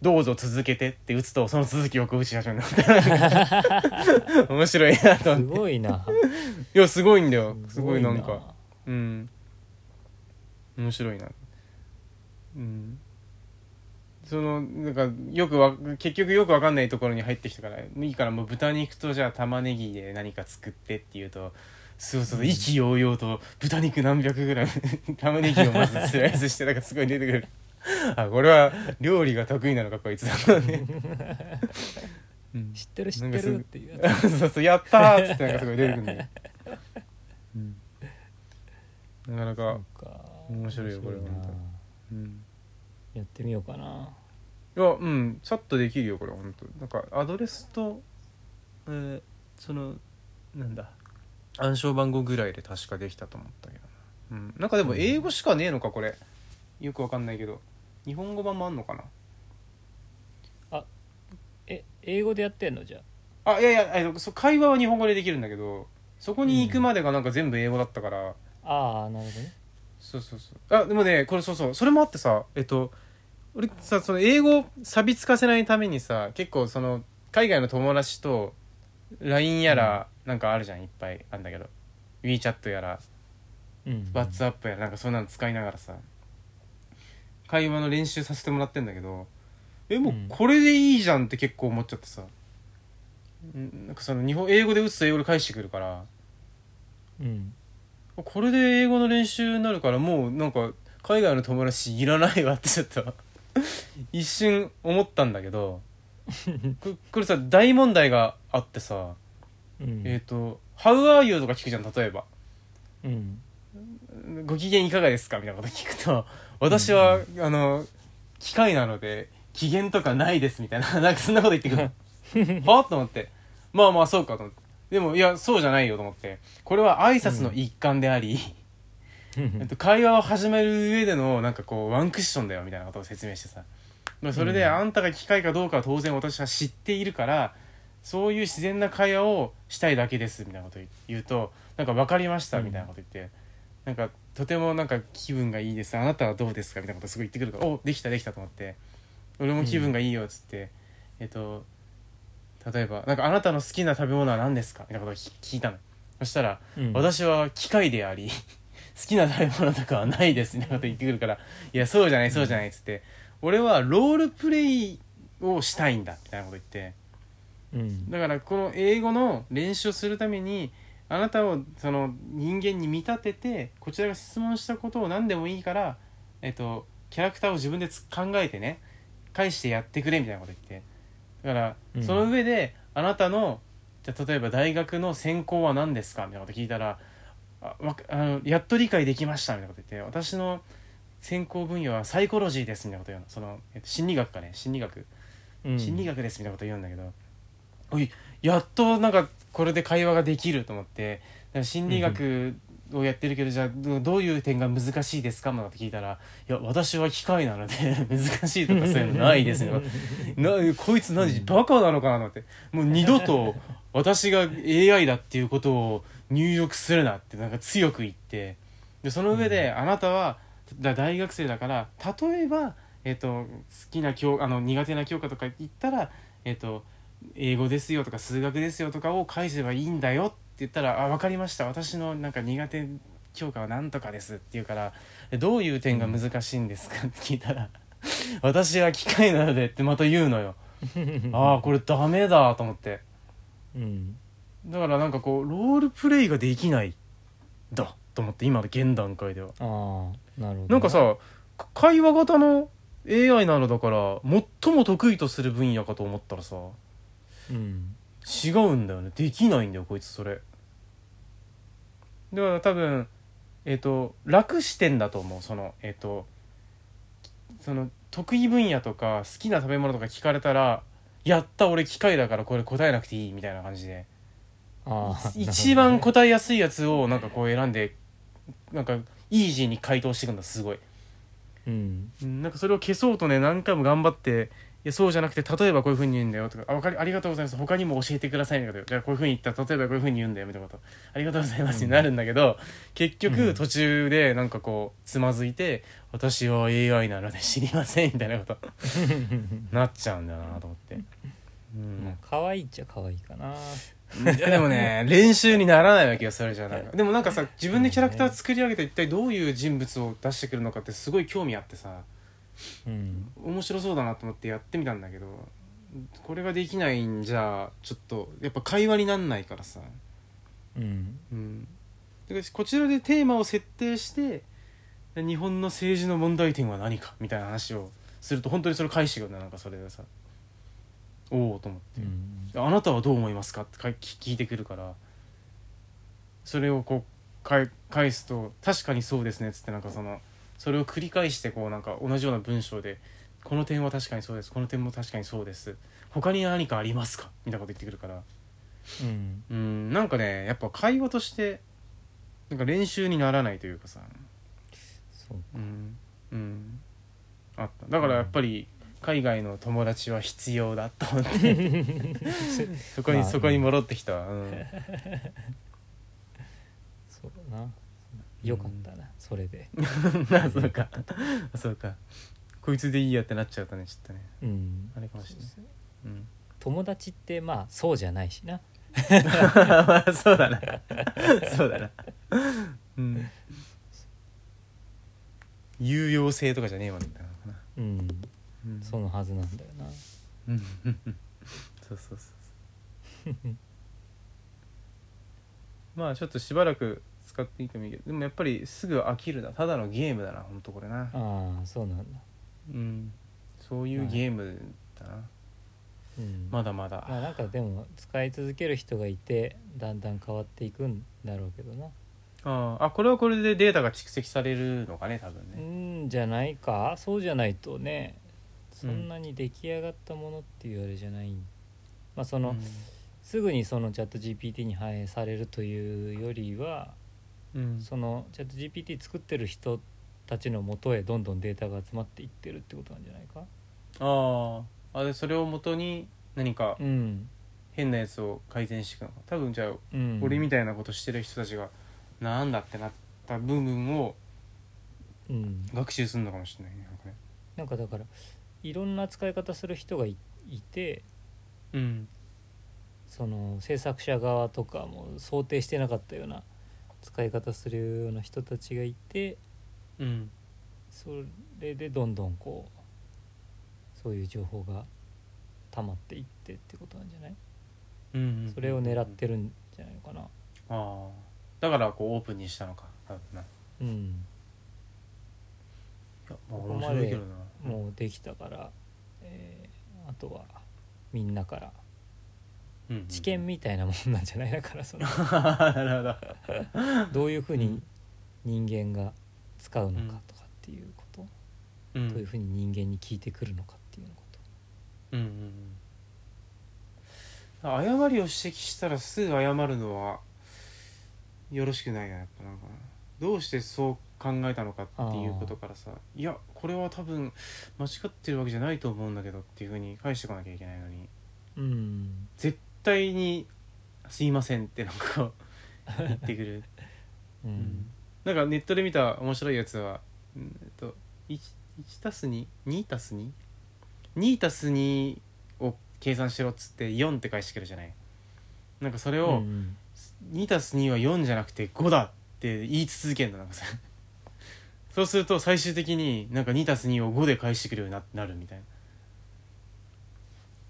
Speaker 1: どうぞ続けて」って打つとその続きをこう打ち始めるの 面白いなと
Speaker 2: ー、
Speaker 1: 思
Speaker 2: す
Speaker 1: って
Speaker 2: ごいない
Speaker 1: やすごいんだよ すごいなんかうん面白いなうんそのなんかよくわ結局よくわかんないところに入ってきたからいいからもう豚肉とじゃあ玉ねぎで何か作ってっていうとそうそう意気揚々と豚肉何百グラム 玉ねぎをまずスライスしてなんかすごい出てくるあこれは料理が得意なのかこいつだろうね、うん
Speaker 2: 知ってる知
Speaker 1: な
Speaker 2: っ
Speaker 1: んか
Speaker 2: て
Speaker 1: すごい
Speaker 2: るっていう や
Speaker 1: そうそうやったーっつってなんかすごい出てくるんだよ、うんなかなか、
Speaker 2: つか
Speaker 1: 面白いよこれは
Speaker 2: 面白いな
Speaker 1: うん、
Speaker 2: やってみようかない
Speaker 1: やうんさっとできるよこれ本当なんかアドレスと、えーそのなんだ暗証番号ぐらいで確かできたと思ったけどな、うん、なんかでも英語しかねえのかこれよくわかんないけど日本語版もあんのかな
Speaker 2: え英語でやってんのじゃあ
Speaker 1: あいやいやえっとそう会話は日本語でできるんだけどそこに行くまでがなんか全部英語だったから、
Speaker 2: ああなるほどね
Speaker 1: そうそうそうあでもねこれそうそうそれもあってさえっと俺さその英語錆びつかせないためにさ結構その海外の友達と LINE やらなんかあるじゃんいっぱいあんだけど WeChat やら
Speaker 2: うん、
Speaker 1: WhatsApp やらなんかそんなの使いながらさ会話の練習させてもらってんだけどえもう
Speaker 2: うん
Speaker 1: これでいいじゃんって結構思っちゃってさ、うん、なんかその日本英語で打つと英語で返してくるから
Speaker 2: うん、
Speaker 1: これで英語の練習になるからもうなんか海外の友達いらないわってちょっと 一瞬思ったんだけどここれさ大問題があってさ、
Speaker 2: うん、
Speaker 1: えっ、と「How are you?」とか聞くじゃん例えば
Speaker 2: うん
Speaker 1: 「ご機嫌いかがですか?」みたいなこと聞くと「私は、あの機械なので機嫌とかないです」みたいな なんかそんなこと言 ってくるはあと思ってまあまあそうかと思ってでもいやそうじゃないよと思ってこれは挨拶の一環であり、えっと、会話を始める上でのなんかこうワンクッションだよみたいなことを説明してさまあそれで
Speaker 2: うん
Speaker 1: あんたが機械かどうかは当然私は知っているからそういう自然な会話をしたいだけですみたいなことを言うとなんか分かりましたみたいなこと言って、なんかとてもなんか気分がいいですあなたはどうですかみたいなことすごい言ってくるからおできたできたと思って俺も気分がいいよっつって、えっと例えばなんかあなたの好きな食べ物は何ですかみたいなことを聞聞いたのそしたら
Speaker 2: うん、
Speaker 1: 私は機械であり 好きな食べ物とかはないですみたいなこと言ってくるから「いやそうじゃないそうじゃない」っつって「俺はロールプレイをしたいんだ」みたいなこと言って
Speaker 2: うん
Speaker 1: だからこの英語の練習をするためにあなたをその人間に見立ててこちらが質問したことを何でもいいから、えっと、キャラクターを自分でつ考えてね返してやってくれみたいなこと言ってだから
Speaker 2: うん
Speaker 1: その上であなたのじゃあ例えば大学の専攻は何ですかみたいなこと聞いたらあわかあのやっと理解できましたみたいなこと言って私の専攻分野はサイコロジーですみたいなこと言うのその、えっと、心理学かね心理学
Speaker 2: うん、
Speaker 1: 心理学ですみたいなこと言うんだけど、おいやっとなんかこれで会話ができると思ってだから心理学をやってるけどじゃあどどういう点が難しいですかなんて聞いたら「いや私は機械なので 難しいとかそういうのないです よ」なこいつ何バカなのかなと思ってもう二度と私が AI だっていうことを入力するなってなんか強く言ってでその上であなたはだ大学生だから例えば、えっと好きな教あの苦手な教科とか言ったら、えっと英語ですよとか数学ですよとかを返せばいいんだよって言ったら「あ分かりました私のなんか苦手教科はなんとかです」って言うから「えどういう点が難しいんですか?」って聞いたら「私は機械なので」ってまた言うのよ。ああこれダメだと思って
Speaker 2: うん
Speaker 1: だからなんかこうロールプレイができないだと思って今の現段階では
Speaker 2: ああなるほどね
Speaker 1: なんかさか会話型の AI なのだから最も得意とする分野かと思ったらさ
Speaker 2: うん
Speaker 1: 違うんだよねできないんだよこいつそれだから多分えっ、と楽してんだと思うそのえっ、とその得意分野とか好きな食べ物とか聞かれたらやった俺機械だからこれ答えなくていいみたいな感じで
Speaker 2: ああ
Speaker 1: 一番答えやすいやつをなんかこう選んでなんかイージーに回答していくんだすごい
Speaker 2: うん
Speaker 1: うんなんかそれを消そうとね何回も頑張って「いやそうじゃなくて例えばこういうふうに言うんだよ」とか「あわかりありがとうございます他にも教えてください」みたいなことじゃあこういうふうに言ったら例えばこういうふうに言うんだよみたいなこと「ありがとうございます」になるんだけど、結
Speaker 2: う
Speaker 1: 局
Speaker 2: ん
Speaker 1: 途中でなんかこうつまずいて「私は AI なので知りません」みたい なことなっちゃうんだよなと思って。うん
Speaker 2: まあ可愛いっちゃ可愛いかない
Speaker 1: やでも ね練習にならないわけよそれじゃなんかでもなんかさ自分でキャラクター作り上げて一体どういう人物を出してくるのかってすごい興味あってさ
Speaker 2: うん
Speaker 1: 面白そうだなと思ってやってみたんだけどこれができないんじゃちょっとやっぱ会話になんないからさ
Speaker 2: うん
Speaker 1: うんだからこちらでテーマを設定して日本の政治の問題点は何かみたいな話をすると本当にそれ返してくるんだよなんかそれでさおおと思って。
Speaker 2: うん
Speaker 1: あなたはどう思いますかってか聞いてくるからそれをこうかい返すと「確かにそうですね」っつってなんかそのそれを繰り返してこうなんか同じような文章で「この点は確かにそうですこの点も確かにそうです他に何かありますか?」みたいなこと言ってくるから
Speaker 2: うん
Speaker 1: うんなんかねやっぱ会話としてなんか練習にならないというかさ
Speaker 2: そう
Speaker 1: うん、うん、あっただからやっぱり海外の友達は必要だと思って そこに、
Speaker 2: まあ
Speaker 1: そこに戻ってきたわ、うん、
Speaker 2: そうだなよかったなそれで
Speaker 1: あそうかそうかこいつでいいやってなっちゃうとねちょっとね
Speaker 2: うん
Speaker 1: あれかもしれない、うん、
Speaker 2: 友達ってまあそうじゃないしな
Speaker 1: まあそうだなそうだなうん有用性とかじゃねえもんな
Speaker 2: うん
Speaker 1: うん
Speaker 2: そのはずなんだよな
Speaker 1: うんそうそうそうそうまあちょっとしばらく使っていいかもいいけどでもやっぱりすぐ飽きるなただのゲームだなほんとこれな
Speaker 2: ああそうなんだ
Speaker 1: うんそういうゲームだな、
Speaker 2: うん
Speaker 1: まだま
Speaker 2: まあ
Speaker 1: だ
Speaker 2: なんかでも使い続ける人がいてだんだん変わっていくんだろうけどな
Speaker 1: ああこれはこれでデータが蓄積されるのかね多分
Speaker 2: う
Speaker 1: ね
Speaker 2: んじゃないかそうじゃないとねそんなに出来上がったものっていうあれじゃない、まあその、すぐにそのチャット GPT に反映されるというよりは
Speaker 1: うん
Speaker 2: そのチャット GPT 作ってる人たちの元へどんどんデータが集まっていってるってことなんじゃないか
Speaker 1: あああでそれをもとに何か
Speaker 2: うん、
Speaker 1: 変なやつを改善していくのか多分じゃあ
Speaker 2: うん、
Speaker 1: 俺みたいなことしてる人たちがなんだってなった部分を
Speaker 2: うん、
Speaker 1: 学習するのかもしれないねなんかね
Speaker 2: なんかだからいろんな使い方する人がいいて
Speaker 1: うん
Speaker 2: その制作者側とかも想定してなかったような使い方するような人たちがいて
Speaker 1: うん
Speaker 2: それでどんどんこうそういう情報が溜まっていってってことなんじゃない
Speaker 1: うんうん
Speaker 2: それを狙ってるんじゃないのかな
Speaker 1: ああだからこうオープンにしたのか多分な
Speaker 2: うん
Speaker 1: いやまあ
Speaker 2: ここ
Speaker 1: 面
Speaker 2: まで
Speaker 1: 白いけどな
Speaker 2: もうできたから、えーあとはみんなから
Speaker 1: うんうん
Speaker 2: 知見みたいなもんなんじゃないだからそ の
Speaker 1: なるほど
Speaker 2: どういうふう
Speaker 1: う
Speaker 2: に
Speaker 1: ん
Speaker 2: 人間が使うのかとかっていうこと、
Speaker 1: うん
Speaker 2: どういうふうに人間に聞いてくるのかっていうのこと
Speaker 1: うんうんうん誤りを指摘したらすぐ謝るのはよろしくないなやっぱなんかなどうしてそう考えたのかっていうことからさいやこれは多分間違ってるわけじゃないと思うんだけどっていうふうに返してこなきゃいけないのに
Speaker 2: うん
Speaker 1: 絶対に「すいません」ってなんか言ってくる、
Speaker 2: うん、
Speaker 1: なんかネットで見た面白いやつは、うんえっと、1たす22たす22たす2を計算しろっつって4って返してくるじゃないなんかそれ
Speaker 2: う
Speaker 1: を
Speaker 2: ん
Speaker 1: 2たす2は4じゃなくて5だって言い続けるのなんかさそうすると最終的になんか2たす2を5で返してくるようにななるみたい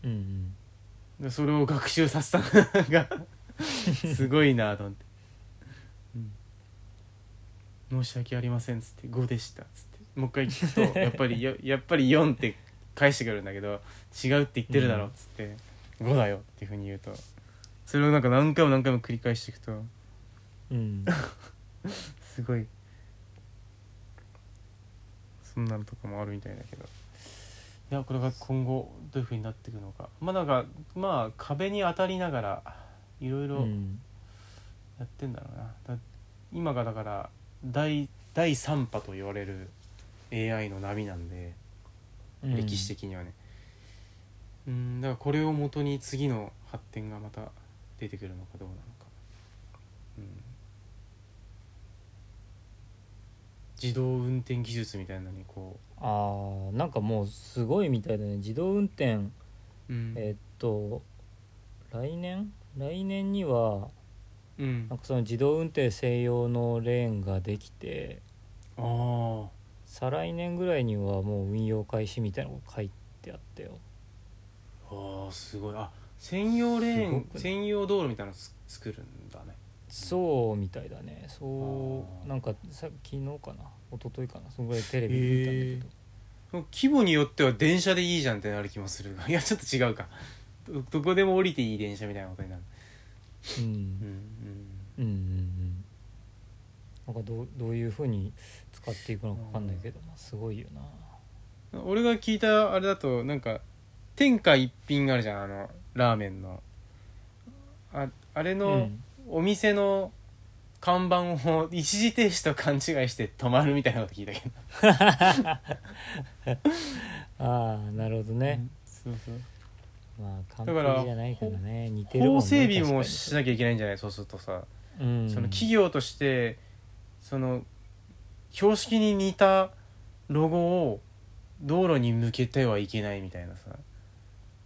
Speaker 1: な
Speaker 2: うんうん
Speaker 1: でそれを学習さ せたのがすごいなと思って、うん申し訳ありません」っつって「5でした」っつってもう一回聞く とやっぱりよやっぱり4って返してくるんだけど「違うって言ってるだろ」っつって「5だよ」っていうふうに言うとそれをなんか何回も何回も繰り返していくと
Speaker 2: うん
Speaker 1: すごいそんなのとかもあるみたいだけどいやこれが今後どういうふうになっていくのかまあなんかまあ壁に当たりながらいろいろ
Speaker 2: うん
Speaker 1: やってんだろうなだ今がだから第第3波と言われる AI の波なんで歴史的にはねうんだからこれをもとに次の発展がまた出てくるのかどうなのか、うん、自動運転技術みたいなのにこ
Speaker 2: あーなんかもうすごいみたいだね自動運転
Speaker 1: う、うん
Speaker 2: えーっと来年来年には
Speaker 1: うん、あ
Speaker 2: なんかその自動運転専用のレーンができて
Speaker 1: あー
Speaker 2: 再来年ぐらいにはもう運用開始みたいなこと書いてあったよ
Speaker 1: あーすごいあ専用レー
Speaker 2: すご
Speaker 1: ン
Speaker 2: くない
Speaker 1: 専用道路みたいなのつ作るんだね
Speaker 2: そうみたいだねそ
Speaker 1: あー
Speaker 2: うなんかさ昨日かな一昨日かなそのぐらいテレビで見たんだけど、
Speaker 1: 規模によっては電車でいいじゃんってなる気もするがいやちょっと違うかどどこでも降りていい電車みたいなことになる
Speaker 2: う
Speaker 1: うん
Speaker 2: ん、うんうんうんなんかどうどういうふうに使っていくのか分かんないけど、まあ、すごいよな
Speaker 1: うん俺が聞いたあれだとなんか天下一品があるじゃんあのラーメンのああれ
Speaker 2: う
Speaker 1: の
Speaker 2: ん
Speaker 1: お店の看板を一時停止と勘違いして止まるみたいなこと聞いたけど
Speaker 2: ああなるほどね、
Speaker 1: そうそう
Speaker 2: まあ完
Speaker 1: だから
Speaker 2: 璧じゃないからね似てるもんね
Speaker 1: 法整備も
Speaker 2: 確
Speaker 1: しなきゃいけないんじゃないそうするとさ
Speaker 2: かにうん
Speaker 1: その企業としてその標識に似たロゴを道路に向けてはいけないみたいなさ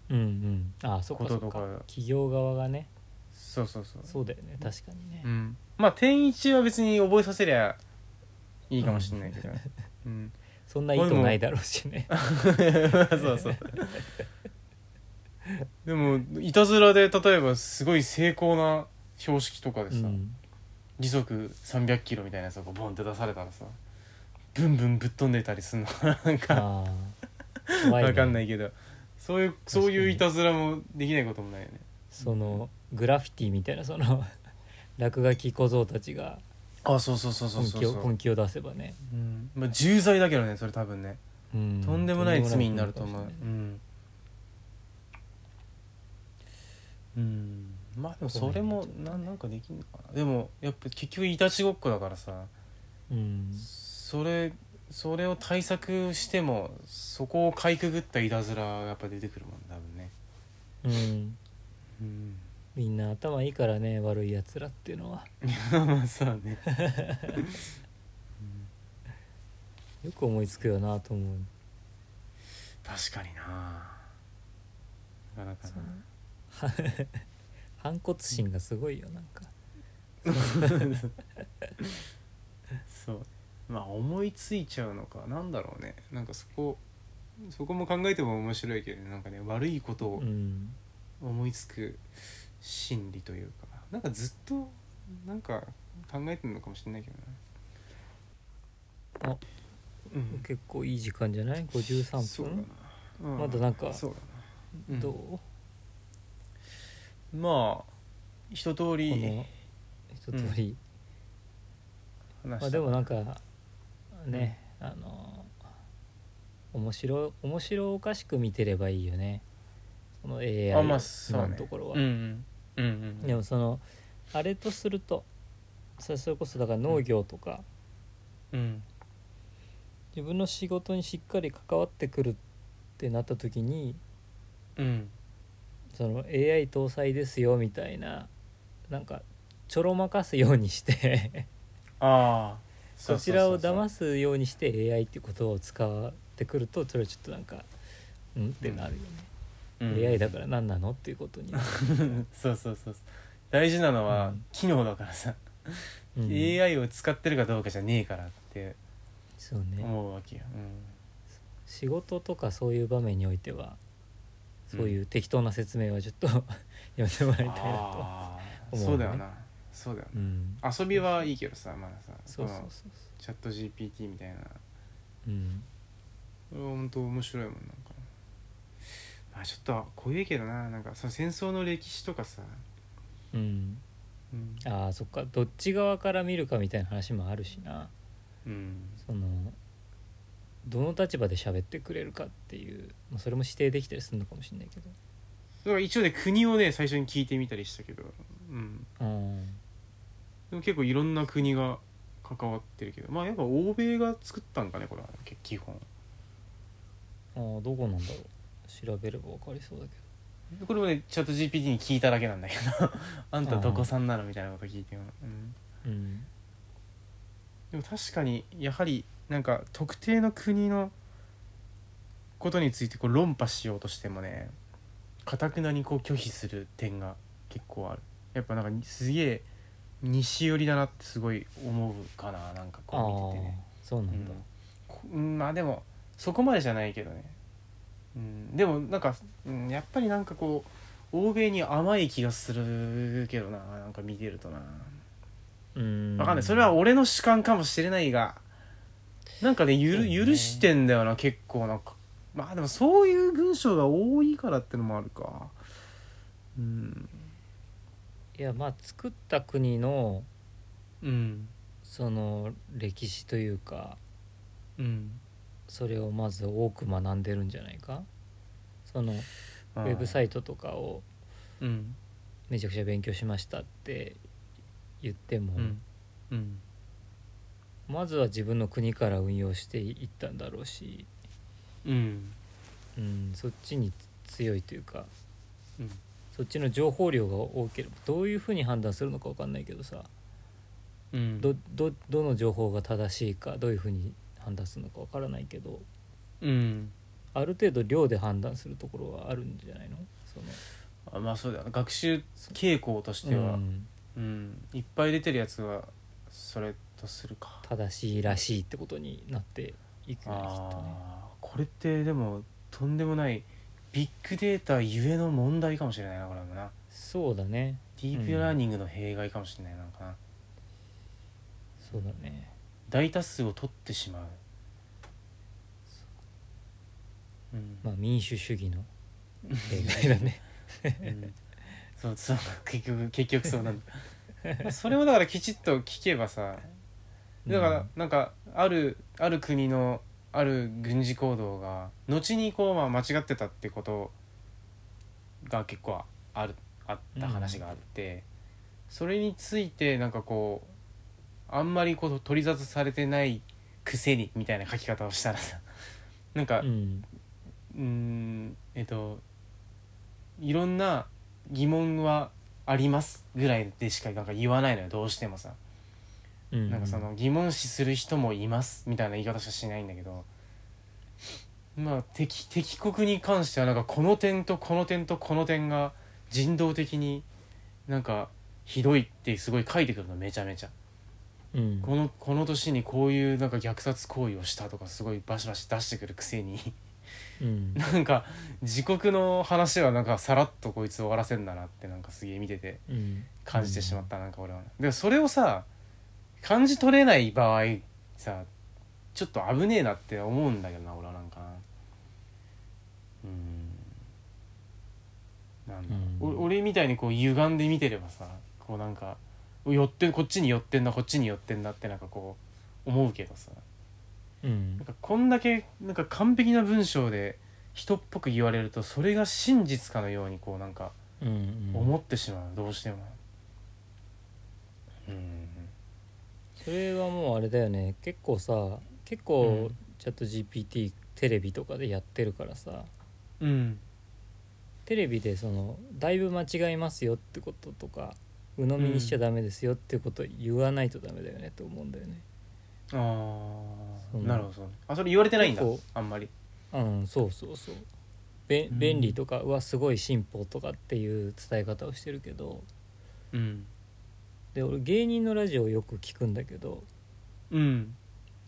Speaker 2: うんうんああそっかそっ
Speaker 1: こと
Speaker 2: か
Speaker 1: とか
Speaker 2: 企業側がね
Speaker 1: そうそうそう
Speaker 2: そうだよね確かにね、
Speaker 1: うん、まあ天一は別に覚えさせりゃいいかもしれないけど、ねうん、
Speaker 2: そんな意図ないだろうしね
Speaker 1: そうそう でもいたずらで例えばすごい精巧な標識とかで
Speaker 2: う
Speaker 1: さ、
Speaker 2: ん
Speaker 1: 時速300キロみたいなやつをこうボンって出されたらさブンブンぶっ飛んでたりするのなんか
Speaker 2: ああ怖いね
Speaker 1: わかんないけどそういう
Speaker 2: かに
Speaker 1: そういういたずらもできないこともないよね
Speaker 2: そのグラフィティみたいなその 落書き小僧たちが
Speaker 1: あそうそうそうそう
Speaker 2: 根
Speaker 1: そう
Speaker 2: 気
Speaker 1: そ
Speaker 2: を
Speaker 1: う
Speaker 2: 根、気を出せばね、
Speaker 1: うんまあ、重罪だけどねそれ多分ね、
Speaker 2: うん
Speaker 1: とんでもない罪になると思う
Speaker 2: とん
Speaker 1: う
Speaker 2: でもな
Speaker 1: ん、う
Speaker 2: い
Speaker 1: ん、まあでもそれもななんかできんのかなでもやっぱ結局いたちごっこだからさ
Speaker 2: うん
Speaker 1: それそれを対策してもそこをかいくぐったいたずらがやっぱ出てくるもん多分ね
Speaker 2: う
Speaker 1: う
Speaker 2: ん
Speaker 1: ん
Speaker 2: みんな頭いいからね悪いやつらっていうのは
Speaker 1: まあそう ね
Speaker 2: よく思いつくよなと思う
Speaker 1: 確かにななかなかな
Speaker 2: 反骨心がすごいよなんか
Speaker 1: そうまあ思いついちゃうのかなんだろうねなんかそこそこも考えても面白いけどねなんかね悪いことを
Speaker 2: うん
Speaker 1: 思いつく心理というか、なんかずっとなんか考えてるのかもしれないけどな
Speaker 2: あ
Speaker 1: うん
Speaker 2: 結構いい時間じゃない53
Speaker 1: そうだ
Speaker 2: 分
Speaker 1: な、う
Speaker 2: まだなんか
Speaker 1: そうだな、うん
Speaker 2: どう、
Speaker 1: まあ一通
Speaker 2: こ
Speaker 1: り
Speaker 2: の一通り、
Speaker 1: 話した
Speaker 2: まあ、でもなんかね、あの面白い面白おかしく見てればいいよねその AI
Speaker 1: あまあそうね
Speaker 2: 今のところは、
Speaker 1: うんうんうんうん
Speaker 2: でもそのあれとするとそれそれこそだから農業とか、
Speaker 1: うん
Speaker 2: 自分の仕事にしっかり関わってくるってなった時に
Speaker 1: うん
Speaker 2: その AI 搭載ですよみたいななんかちょろまかすようにして
Speaker 1: ああ
Speaker 2: そちらを騙
Speaker 1: す
Speaker 2: すようにして AI っていうことを使ってくるとそれはちょっとなんかうんってなるよね、AI だから何なのっていうこと に、
Speaker 1: そうそうそうそう大事なのは、
Speaker 2: うん
Speaker 1: 機能だからさ、
Speaker 2: うん
Speaker 1: AI を使ってるかどうかじゃねえからって
Speaker 2: そうね
Speaker 1: 思うわけよ、
Speaker 2: 仕事とかそういう場面においてはそういう適当な説明はちょっと やめてもら
Speaker 1: うん、
Speaker 2: いたいなと、
Speaker 1: ああ
Speaker 2: 思うね
Speaker 1: そうだよなそうだよ
Speaker 2: う
Speaker 1: な、
Speaker 2: ん、
Speaker 1: 遊びはいいけどさまださ
Speaker 2: そうそう
Speaker 1: こ
Speaker 2: そう
Speaker 1: の
Speaker 2: そ
Speaker 1: チャット GPT みたいな
Speaker 2: う、うん、
Speaker 1: これは本当面白いもんなんかまあちょっと怖いけどななんかその戦争の歴史とかさ、
Speaker 2: うん、
Speaker 1: うん
Speaker 2: あーそっかどっち側から見るかみたいな話もあるしな
Speaker 1: うん、
Speaker 2: そのどの立場で喋ってくれるかっていう、まあ、それも指定できたりするのかもしれないけど
Speaker 1: だから一応ね国をね最初に聞いてみたりしたけど、うん、
Speaker 2: うん
Speaker 1: でも結構いろんな国が関わってるけどまあやっぱ欧米が作ったんかねこれはけ基本
Speaker 2: あーどこなんだろう調べれば分かりそうだけ
Speaker 1: これもねチャット GPT に聞いただけなんだけ どあんたどこさんなのみたいなこと聞いても、うん、
Speaker 2: どうん
Speaker 1: でも確かにやはりなんか特定の国のことについてこう論破しようとしてもねかたくなにこう拒否する点が結構あるやっぱなんかにすげえ西寄りだなってすごい思うかななんか
Speaker 2: ああ
Speaker 1: こう見ててね
Speaker 2: そうなんだ、
Speaker 1: うんこうん、まあでもそこまでじゃないけどね、うん、でもなんか、うん、やっぱりなんかこう欧米に甘い気がするけどななんか見てるとな
Speaker 2: うん
Speaker 1: わかんないそれは俺の主観かもしれないがなんかねゆ
Speaker 2: そう
Speaker 1: る
Speaker 2: ね
Speaker 1: 許してんだよな結構なんかまあでもそういう文章が多いからってのもあるかうん
Speaker 2: いやまあ作った国の
Speaker 1: うん
Speaker 2: その歴史というか
Speaker 1: うん
Speaker 2: それをまず多く学んでるんじゃないかそのウ
Speaker 1: ウ
Speaker 2: ェブサ
Speaker 1: イ
Speaker 2: イトとかを
Speaker 1: トうん
Speaker 2: めちゃくちゃ勉強しましたって言っても、
Speaker 1: うんうん
Speaker 2: まずは自分の国から運用していったんだろうし、
Speaker 1: うん
Speaker 2: うん、そっちに強いというか
Speaker 1: うん
Speaker 2: そっちの情報量が多ければどういうふうに判断するのか分かんないけどさ
Speaker 1: うん
Speaker 2: どどどの情報が正しいかどういうふうに判断するのか分からないけど
Speaker 1: うん
Speaker 2: ある程度量で判断するところはあるんじゃないのその
Speaker 1: あまあそうだよな学習傾向としては、
Speaker 2: うん
Speaker 1: うん、いっぱい出てるやつはそれとするか
Speaker 2: 正しいらしいってことになっていくよねきっとね。
Speaker 1: あーこれってでもとんでもないビッグデータゆえの問題かもしれないなこれもな
Speaker 2: そうだね
Speaker 1: ディープラーニングの弊害かもしれないなんかな、
Speaker 2: そうだね
Speaker 1: 大多数を取ってしまううん
Speaker 2: まあ民主主義の弊害だね
Speaker 1: うんそうそう結局結局そうなんだまあそれをだからきちっと聞けばさ だから、
Speaker 2: うん
Speaker 1: なんかあるある国のある軍事行動が後にこう、まあ、間違ってたってことが結構あるあった話があって、それについてなんかこうあんまりこう取り沙汰されてないくせにみたいな書き方をしたらさ なんか
Speaker 2: うん
Speaker 1: うーんえっといろんな疑問はありますぐらいでしかなんか言わないのよどうしてもさ、
Speaker 2: うん
Speaker 1: なんかその疑問視する人もいますみたいな言い方しかしないんだけどまあ敵敵国に関してはなんかこの点とこの点とこの点が人道的になんかひどいってすごい書いてくるのめちゃめちゃ。
Speaker 2: うん
Speaker 1: このこの年にこういうなんか虐殺行為をしたとかすごいバシバシ出してくるくせに。
Speaker 2: うん
Speaker 1: なんか自国の話はなんかさらっとこいつ終わらせんだなってなんかすげえ見てて
Speaker 2: うん
Speaker 1: 感じてしまった、なんか俺はでもそれをさ感じ取れない場合さちょっと危ねえなって思うんだけどな俺はなんかなうんなんだろう
Speaker 2: うん
Speaker 1: お俺みたいにこう歪んで見てればさこうなんか寄ってこっちに寄ってんなこっちに寄ってんなってなんかこう思うけどさ
Speaker 2: うん
Speaker 1: なんかこんだけなんか完璧な文章で人っぽく言われるとそれが真実かのようにこうなんか
Speaker 2: うんうん
Speaker 1: 思ってしまう、どうしてもうん
Speaker 2: それはもうあれだよね結構さ結
Speaker 1: う
Speaker 2: 構
Speaker 1: ん
Speaker 2: チャット GPT テレビとかでやってるからさ
Speaker 1: うん
Speaker 2: テレビでそのだいぶ間違いますよってこととか鵜呑みにしちゃダメですよってことを言わないとダメだよねと思うんだよね。
Speaker 1: ああ
Speaker 2: そう
Speaker 1: なるほどそうあそれ言われてないんだ
Speaker 2: 結構
Speaker 1: あんまり
Speaker 2: うん、そうそうそうべ
Speaker 1: うん
Speaker 2: 便利とかはすごい進歩とかっていう伝え方をしてるけど
Speaker 1: うん
Speaker 2: で俺芸人のラジオをよく聞くんだけど
Speaker 1: うん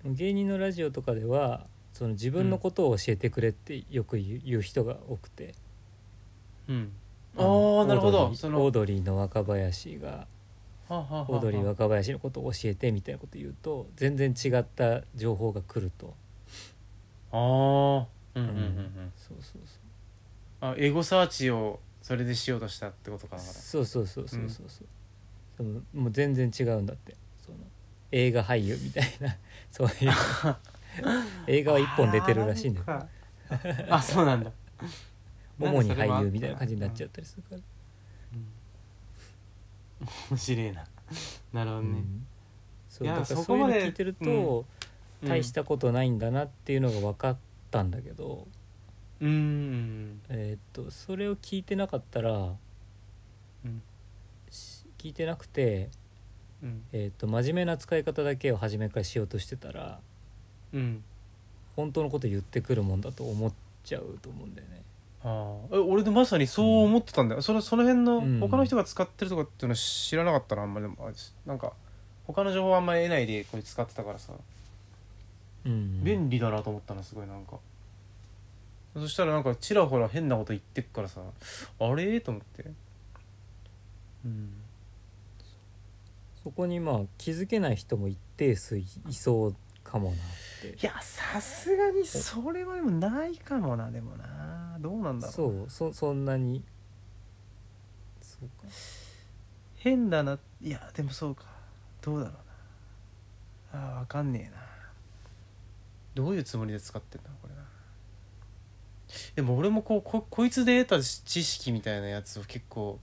Speaker 2: 芸人のラジオとかではその自分のことを教えてくれってよく言う言う人が多くて、
Speaker 1: うんあ
Speaker 2: あの
Speaker 1: あなるほ
Speaker 2: オード
Speaker 1: ど
Speaker 2: リー
Speaker 1: その
Speaker 2: オー
Speaker 1: は
Speaker 2: ドリーの若林が
Speaker 1: あはあはあ
Speaker 2: オードリー若林のことを教えてみたいなこと言うと全然違った情報が来ると
Speaker 1: ああうんうんうんうん
Speaker 2: そうそうそ
Speaker 1: あエゴサーチをそれでしようとしたってことか
Speaker 2: う
Speaker 1: なこ
Speaker 2: そうそうそうそうそうそうそのもう全然違うんだってその映画俳優みたい なそういう映
Speaker 1: れ
Speaker 2: 画は一本出てるらしいんだよ
Speaker 1: あーなんかあそうなんだ
Speaker 2: 主に俳優みたいな感じになっ
Speaker 1: ゃう
Speaker 2: ちゃったりするから
Speaker 1: 面白いななるほどね、
Speaker 2: うんそう
Speaker 1: いや
Speaker 2: だから
Speaker 1: そ
Speaker 2: そ
Speaker 1: こ
Speaker 2: ういう
Speaker 1: ま
Speaker 2: の
Speaker 1: で
Speaker 2: 聞いてると、
Speaker 1: うん
Speaker 2: 大したことないんだなっていうのが分かったんだけど、
Speaker 1: うん
Speaker 2: えーっとそれを聞いてなかったら、
Speaker 1: うん
Speaker 2: し聞いてなくて、
Speaker 1: うん
Speaker 2: えーっと真面目な使い方だけを初めからしようとしてたら
Speaker 1: うん
Speaker 2: 本当のこと言ってくるもんだと思っちゃうと思うんだよね。
Speaker 1: ああえ俺でまさにそう思ってたんだよ、そのその辺の
Speaker 2: うん
Speaker 1: 他の人が使ってるとかっていうの知らなかったなあんまりでもあしなんか他の情報はあんまり得ないでこれ使ってたからさ
Speaker 2: うん
Speaker 1: 便利だなと思ったのすごいなんか、そしたらなんかちらほら変なこと言ってっからさあれと思ってうん
Speaker 2: そこにまあ気づけない人も一定数いいそうかもなって
Speaker 1: いやさすがにそれはでもないかもなでもなどうなんだろう
Speaker 2: そうそそんなにそうか
Speaker 1: 変だないやでもそうかどうだろうなあーわかんねえなどういうつもりで使ってんだこれなでも俺もこうここいつで得た知識みたいなやつを結構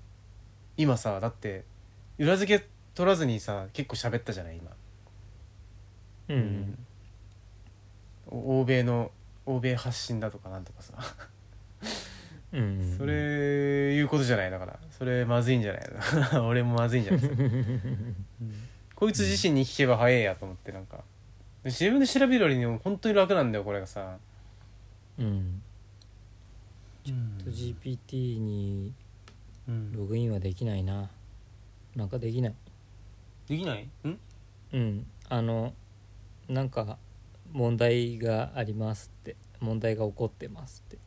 Speaker 1: 今さだって裏付け取らずにさ結構喋ったじゃない今、
Speaker 2: う
Speaker 1: う、お欧米の欧米発信だとかなんとかさ
Speaker 2: うんうん、
Speaker 1: それいうことじゃないだからそれまずいんじゃないの 俺もまずいんじゃない ですか、こいつ自身に聞けば早いやと思ってなんか自分で調べるよりも本当に楽なんだよこれがさ、
Speaker 2: うん、
Speaker 1: う
Speaker 2: GPT にロ
Speaker 1: ん、
Speaker 2: グインはできないななんかできない
Speaker 1: できないん
Speaker 2: うんあのなんか問題がありますって問題が起こってますって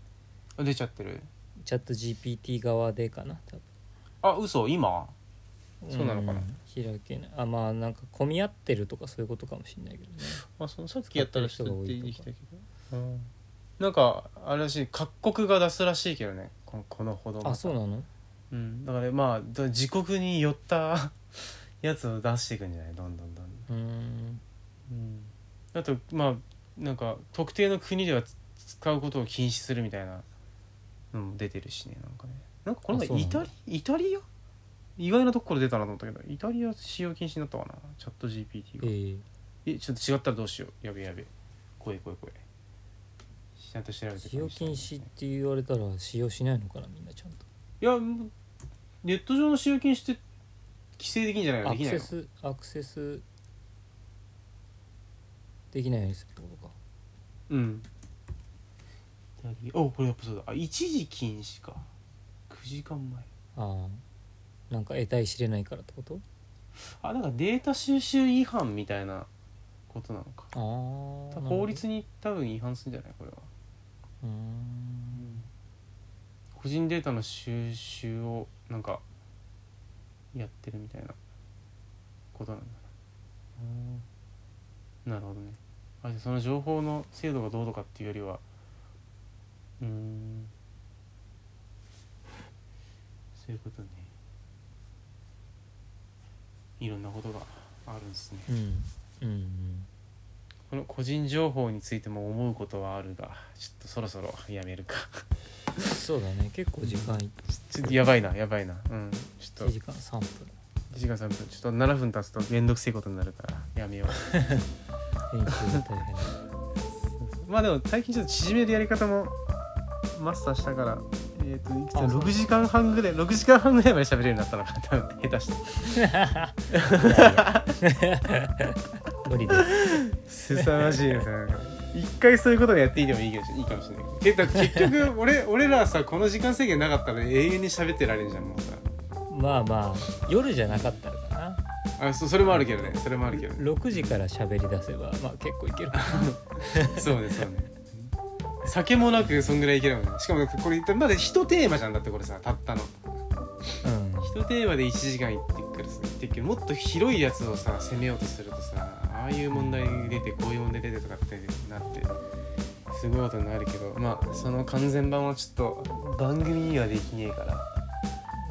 Speaker 1: あ出ちゃってる
Speaker 2: チャット GPT 側でかな多分
Speaker 1: あ嘘今そうなのかなん
Speaker 2: 開けないあまあなんか混み合ってるとかそういうことかもしれないけどね
Speaker 1: あそのさっ
Speaker 2: きやったらちょっと出てきたけ
Speaker 1: ど、うんなんかあれらしい各国が出すらしいけどねこのこのほど
Speaker 2: あそう
Speaker 1: の、
Speaker 2: なの
Speaker 1: うん、だからまあだ自国に寄った やつを出していくんじゃないどんどんどんどん
Speaker 2: うーん
Speaker 1: あとまあなんか特定の国ではつ使うことを禁止するみたいなのも出てるしねなんかねなんかこの
Speaker 2: あそう
Speaker 1: 前
Speaker 2: な
Speaker 1: イ
Speaker 2: んだ
Speaker 1: タリイタリア意外なところ出たなと思ったけどイタリア使用禁止になったかなチャット GPT
Speaker 2: ええ
Speaker 1: がえちょっと違ったらどうしようやべやべ怖い怖い怖いちゃんと調べて
Speaker 2: 使用禁止って言われたら使用しないのかなみんなちゃんと
Speaker 1: いやもうネット上の使用禁止って規制できんじゃないの
Speaker 2: ア
Speaker 1: で
Speaker 2: ク
Speaker 1: きない
Speaker 2: セ
Speaker 1: の
Speaker 2: スアクセスできないようにするってことか
Speaker 1: うんおこれやっぱそうだあ一時禁止か9時間前
Speaker 2: ああなんか得体知れないからってこと
Speaker 1: あだからデータ収集違反みたいなことなのか
Speaker 2: ああ
Speaker 1: 多分法律
Speaker 2: に
Speaker 1: に多分違反するんじゃないこれは、
Speaker 2: うーん
Speaker 1: 個人データの収集をなんかやってるみたいなことなんだななるほどねあじゃあその情報の精度がどうとかっていうよりはうーんそういうことねいろんなことがあるんですね
Speaker 2: うんうんうん
Speaker 1: この個人情報についても思うことはあるがちょっとそろそろやめるか
Speaker 2: そうだね結構時間い
Speaker 1: ちょっとやばいなやばいなうんちょっ
Speaker 2: 1
Speaker 1: と
Speaker 2: 時間3分
Speaker 1: 1時間3分ちょっと7分経つと面倒くせえことになるからやめよう
Speaker 2: 練習が大変だ
Speaker 1: まあでも最近ちょっと縮めるやり方もマスターしたからえっ、といくつ
Speaker 2: あそう
Speaker 1: 6時間半ぐらい6時間半ぐらいまで喋れるようになったのかな多分下手して
Speaker 2: 無理です
Speaker 1: すさまじいですねなんか一回そういうことをやっていいでもいいけどいいかもしれないけどえだから結局俺 俺らさこの時間制限なかったら永遠に喋ってられるじゃんもうさ
Speaker 2: まあまあ夜じゃなかったらかな
Speaker 1: あそそれもあるけどねそれもあるけどね
Speaker 2: 6時から喋り出せばまあ結構いけるかな
Speaker 1: そうねそうね酒もなくそんぐらいいけるもんねしかもこれまだ一テーマじゃんだってこれさたったの
Speaker 2: うん
Speaker 1: 一テーマで1時間いってっからさ言ってっけどもっと広いやつをさ攻めようとするとさああいう問題出てこういう問題出てとかってなってすごいことになるけどまあその完全版はちょっと番組にはできねえか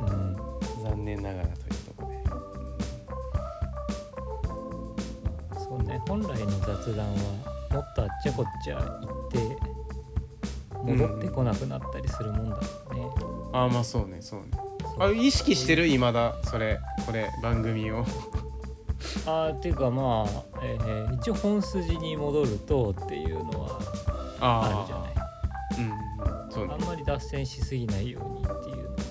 Speaker 1: ら
Speaker 2: うん
Speaker 1: 残念ながらというところ
Speaker 2: そうね本来の雑談はもっとあっちゃこっちゃ行って戻ってこなくなったりするもんだもんね、
Speaker 1: でああまあそうねそうねあ意識してるいまだそれこれ番組を
Speaker 2: あーっていうかまあ、えー一応本筋に戻るとっていうのはあるじゃない
Speaker 1: うんそう
Speaker 2: あ
Speaker 1: ね
Speaker 2: んまり脱線しすぎないようにっ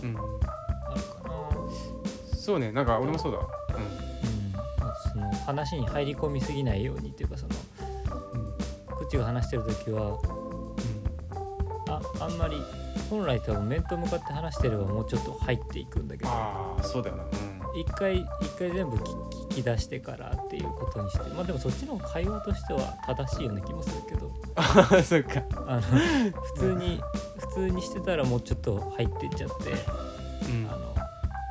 Speaker 2: ていうの
Speaker 1: うん
Speaker 2: あるかな、
Speaker 1: そうねなんか俺もそうだう
Speaker 2: うんまあ、その話に入り込みすぎないようにっていうかその
Speaker 1: んうん
Speaker 2: こっちが話してる時はああんまり本来多分面と向かって話してればもうちょっと入っていくんだけど
Speaker 1: ああそうだよなうん
Speaker 2: 一回一回全部聞聞き出してからっていうことにしてまあでもそっちの方が会話としては正しいような気もするけど
Speaker 1: ああ そっか
Speaker 2: あの普通に普通にしてたらもうちょっと入っていっちゃって
Speaker 1: うん
Speaker 2: あ
Speaker 1: あ
Speaker 2: の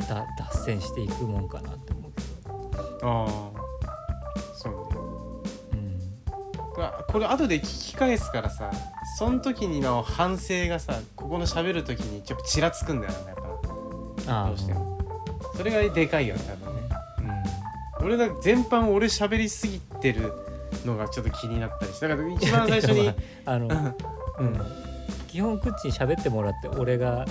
Speaker 2: だ脱線していくもんかなって思うけど、
Speaker 1: あそうね
Speaker 2: うん、
Speaker 1: あこれ後で聞き返すからさその時にの反省がさここの喋る時にちょっとちらつくんだよなやっぱ
Speaker 2: あ
Speaker 1: どうしてもそれがでかいよね多分ね、
Speaker 2: う
Speaker 1: うん、俺が全般俺喋りすぎてるのがちょっと気になったりしてだから一番最初 に
Speaker 2: あの、
Speaker 1: う
Speaker 2: うんん、基本口に喋ってもらって俺が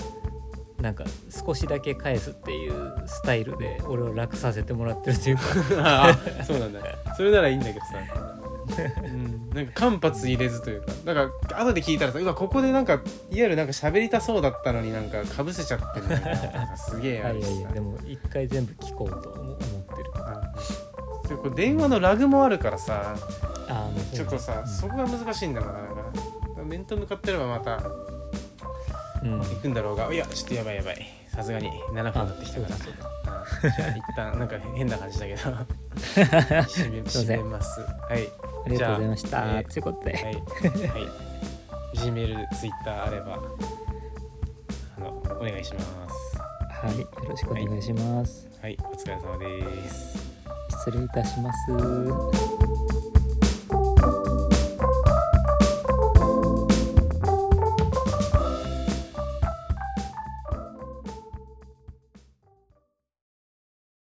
Speaker 2: なんか少しだけ返すっていうスタイルで俺を楽させてもらって るというか
Speaker 1: ああ そうなんだそれならいいんだけどさ、うん、なんか間髪入れずというかだから後で聞いたらさうわここでなんかいわゆるなんか喋りたそうだったのになんかかぶせちゃってるみたいななんかすげえ
Speaker 2: い
Speaker 1: あ
Speaker 2: や
Speaker 1: る
Speaker 2: い
Speaker 1: し
Speaker 2: や
Speaker 1: さ
Speaker 2: いやでも一回全部聞こうと思思ってる
Speaker 1: うんでこれ電話のラグもあるからさ
Speaker 2: ああもうそ
Speaker 1: ちょ
Speaker 2: う
Speaker 1: っとさ、そこが難しいんだよななんか面と向かってればまた
Speaker 2: うん、うん、
Speaker 1: 行くんだろうがいやちょっとやばいやばいさすがに7分経ってきたから
Speaker 2: あそうだ
Speaker 1: うんじゃあ一旦なんか変な感じだ けど締め
Speaker 2: すいません
Speaker 1: 締めますはい
Speaker 2: ありがとうございまし
Speaker 1: じゃあ
Speaker 2: た
Speaker 1: えー
Speaker 2: ということで、
Speaker 1: はいはい G メールツイッターあればあのお願いします
Speaker 2: はい、よろしくお願いします、
Speaker 1: はいお疲れ様です
Speaker 2: 失礼いたします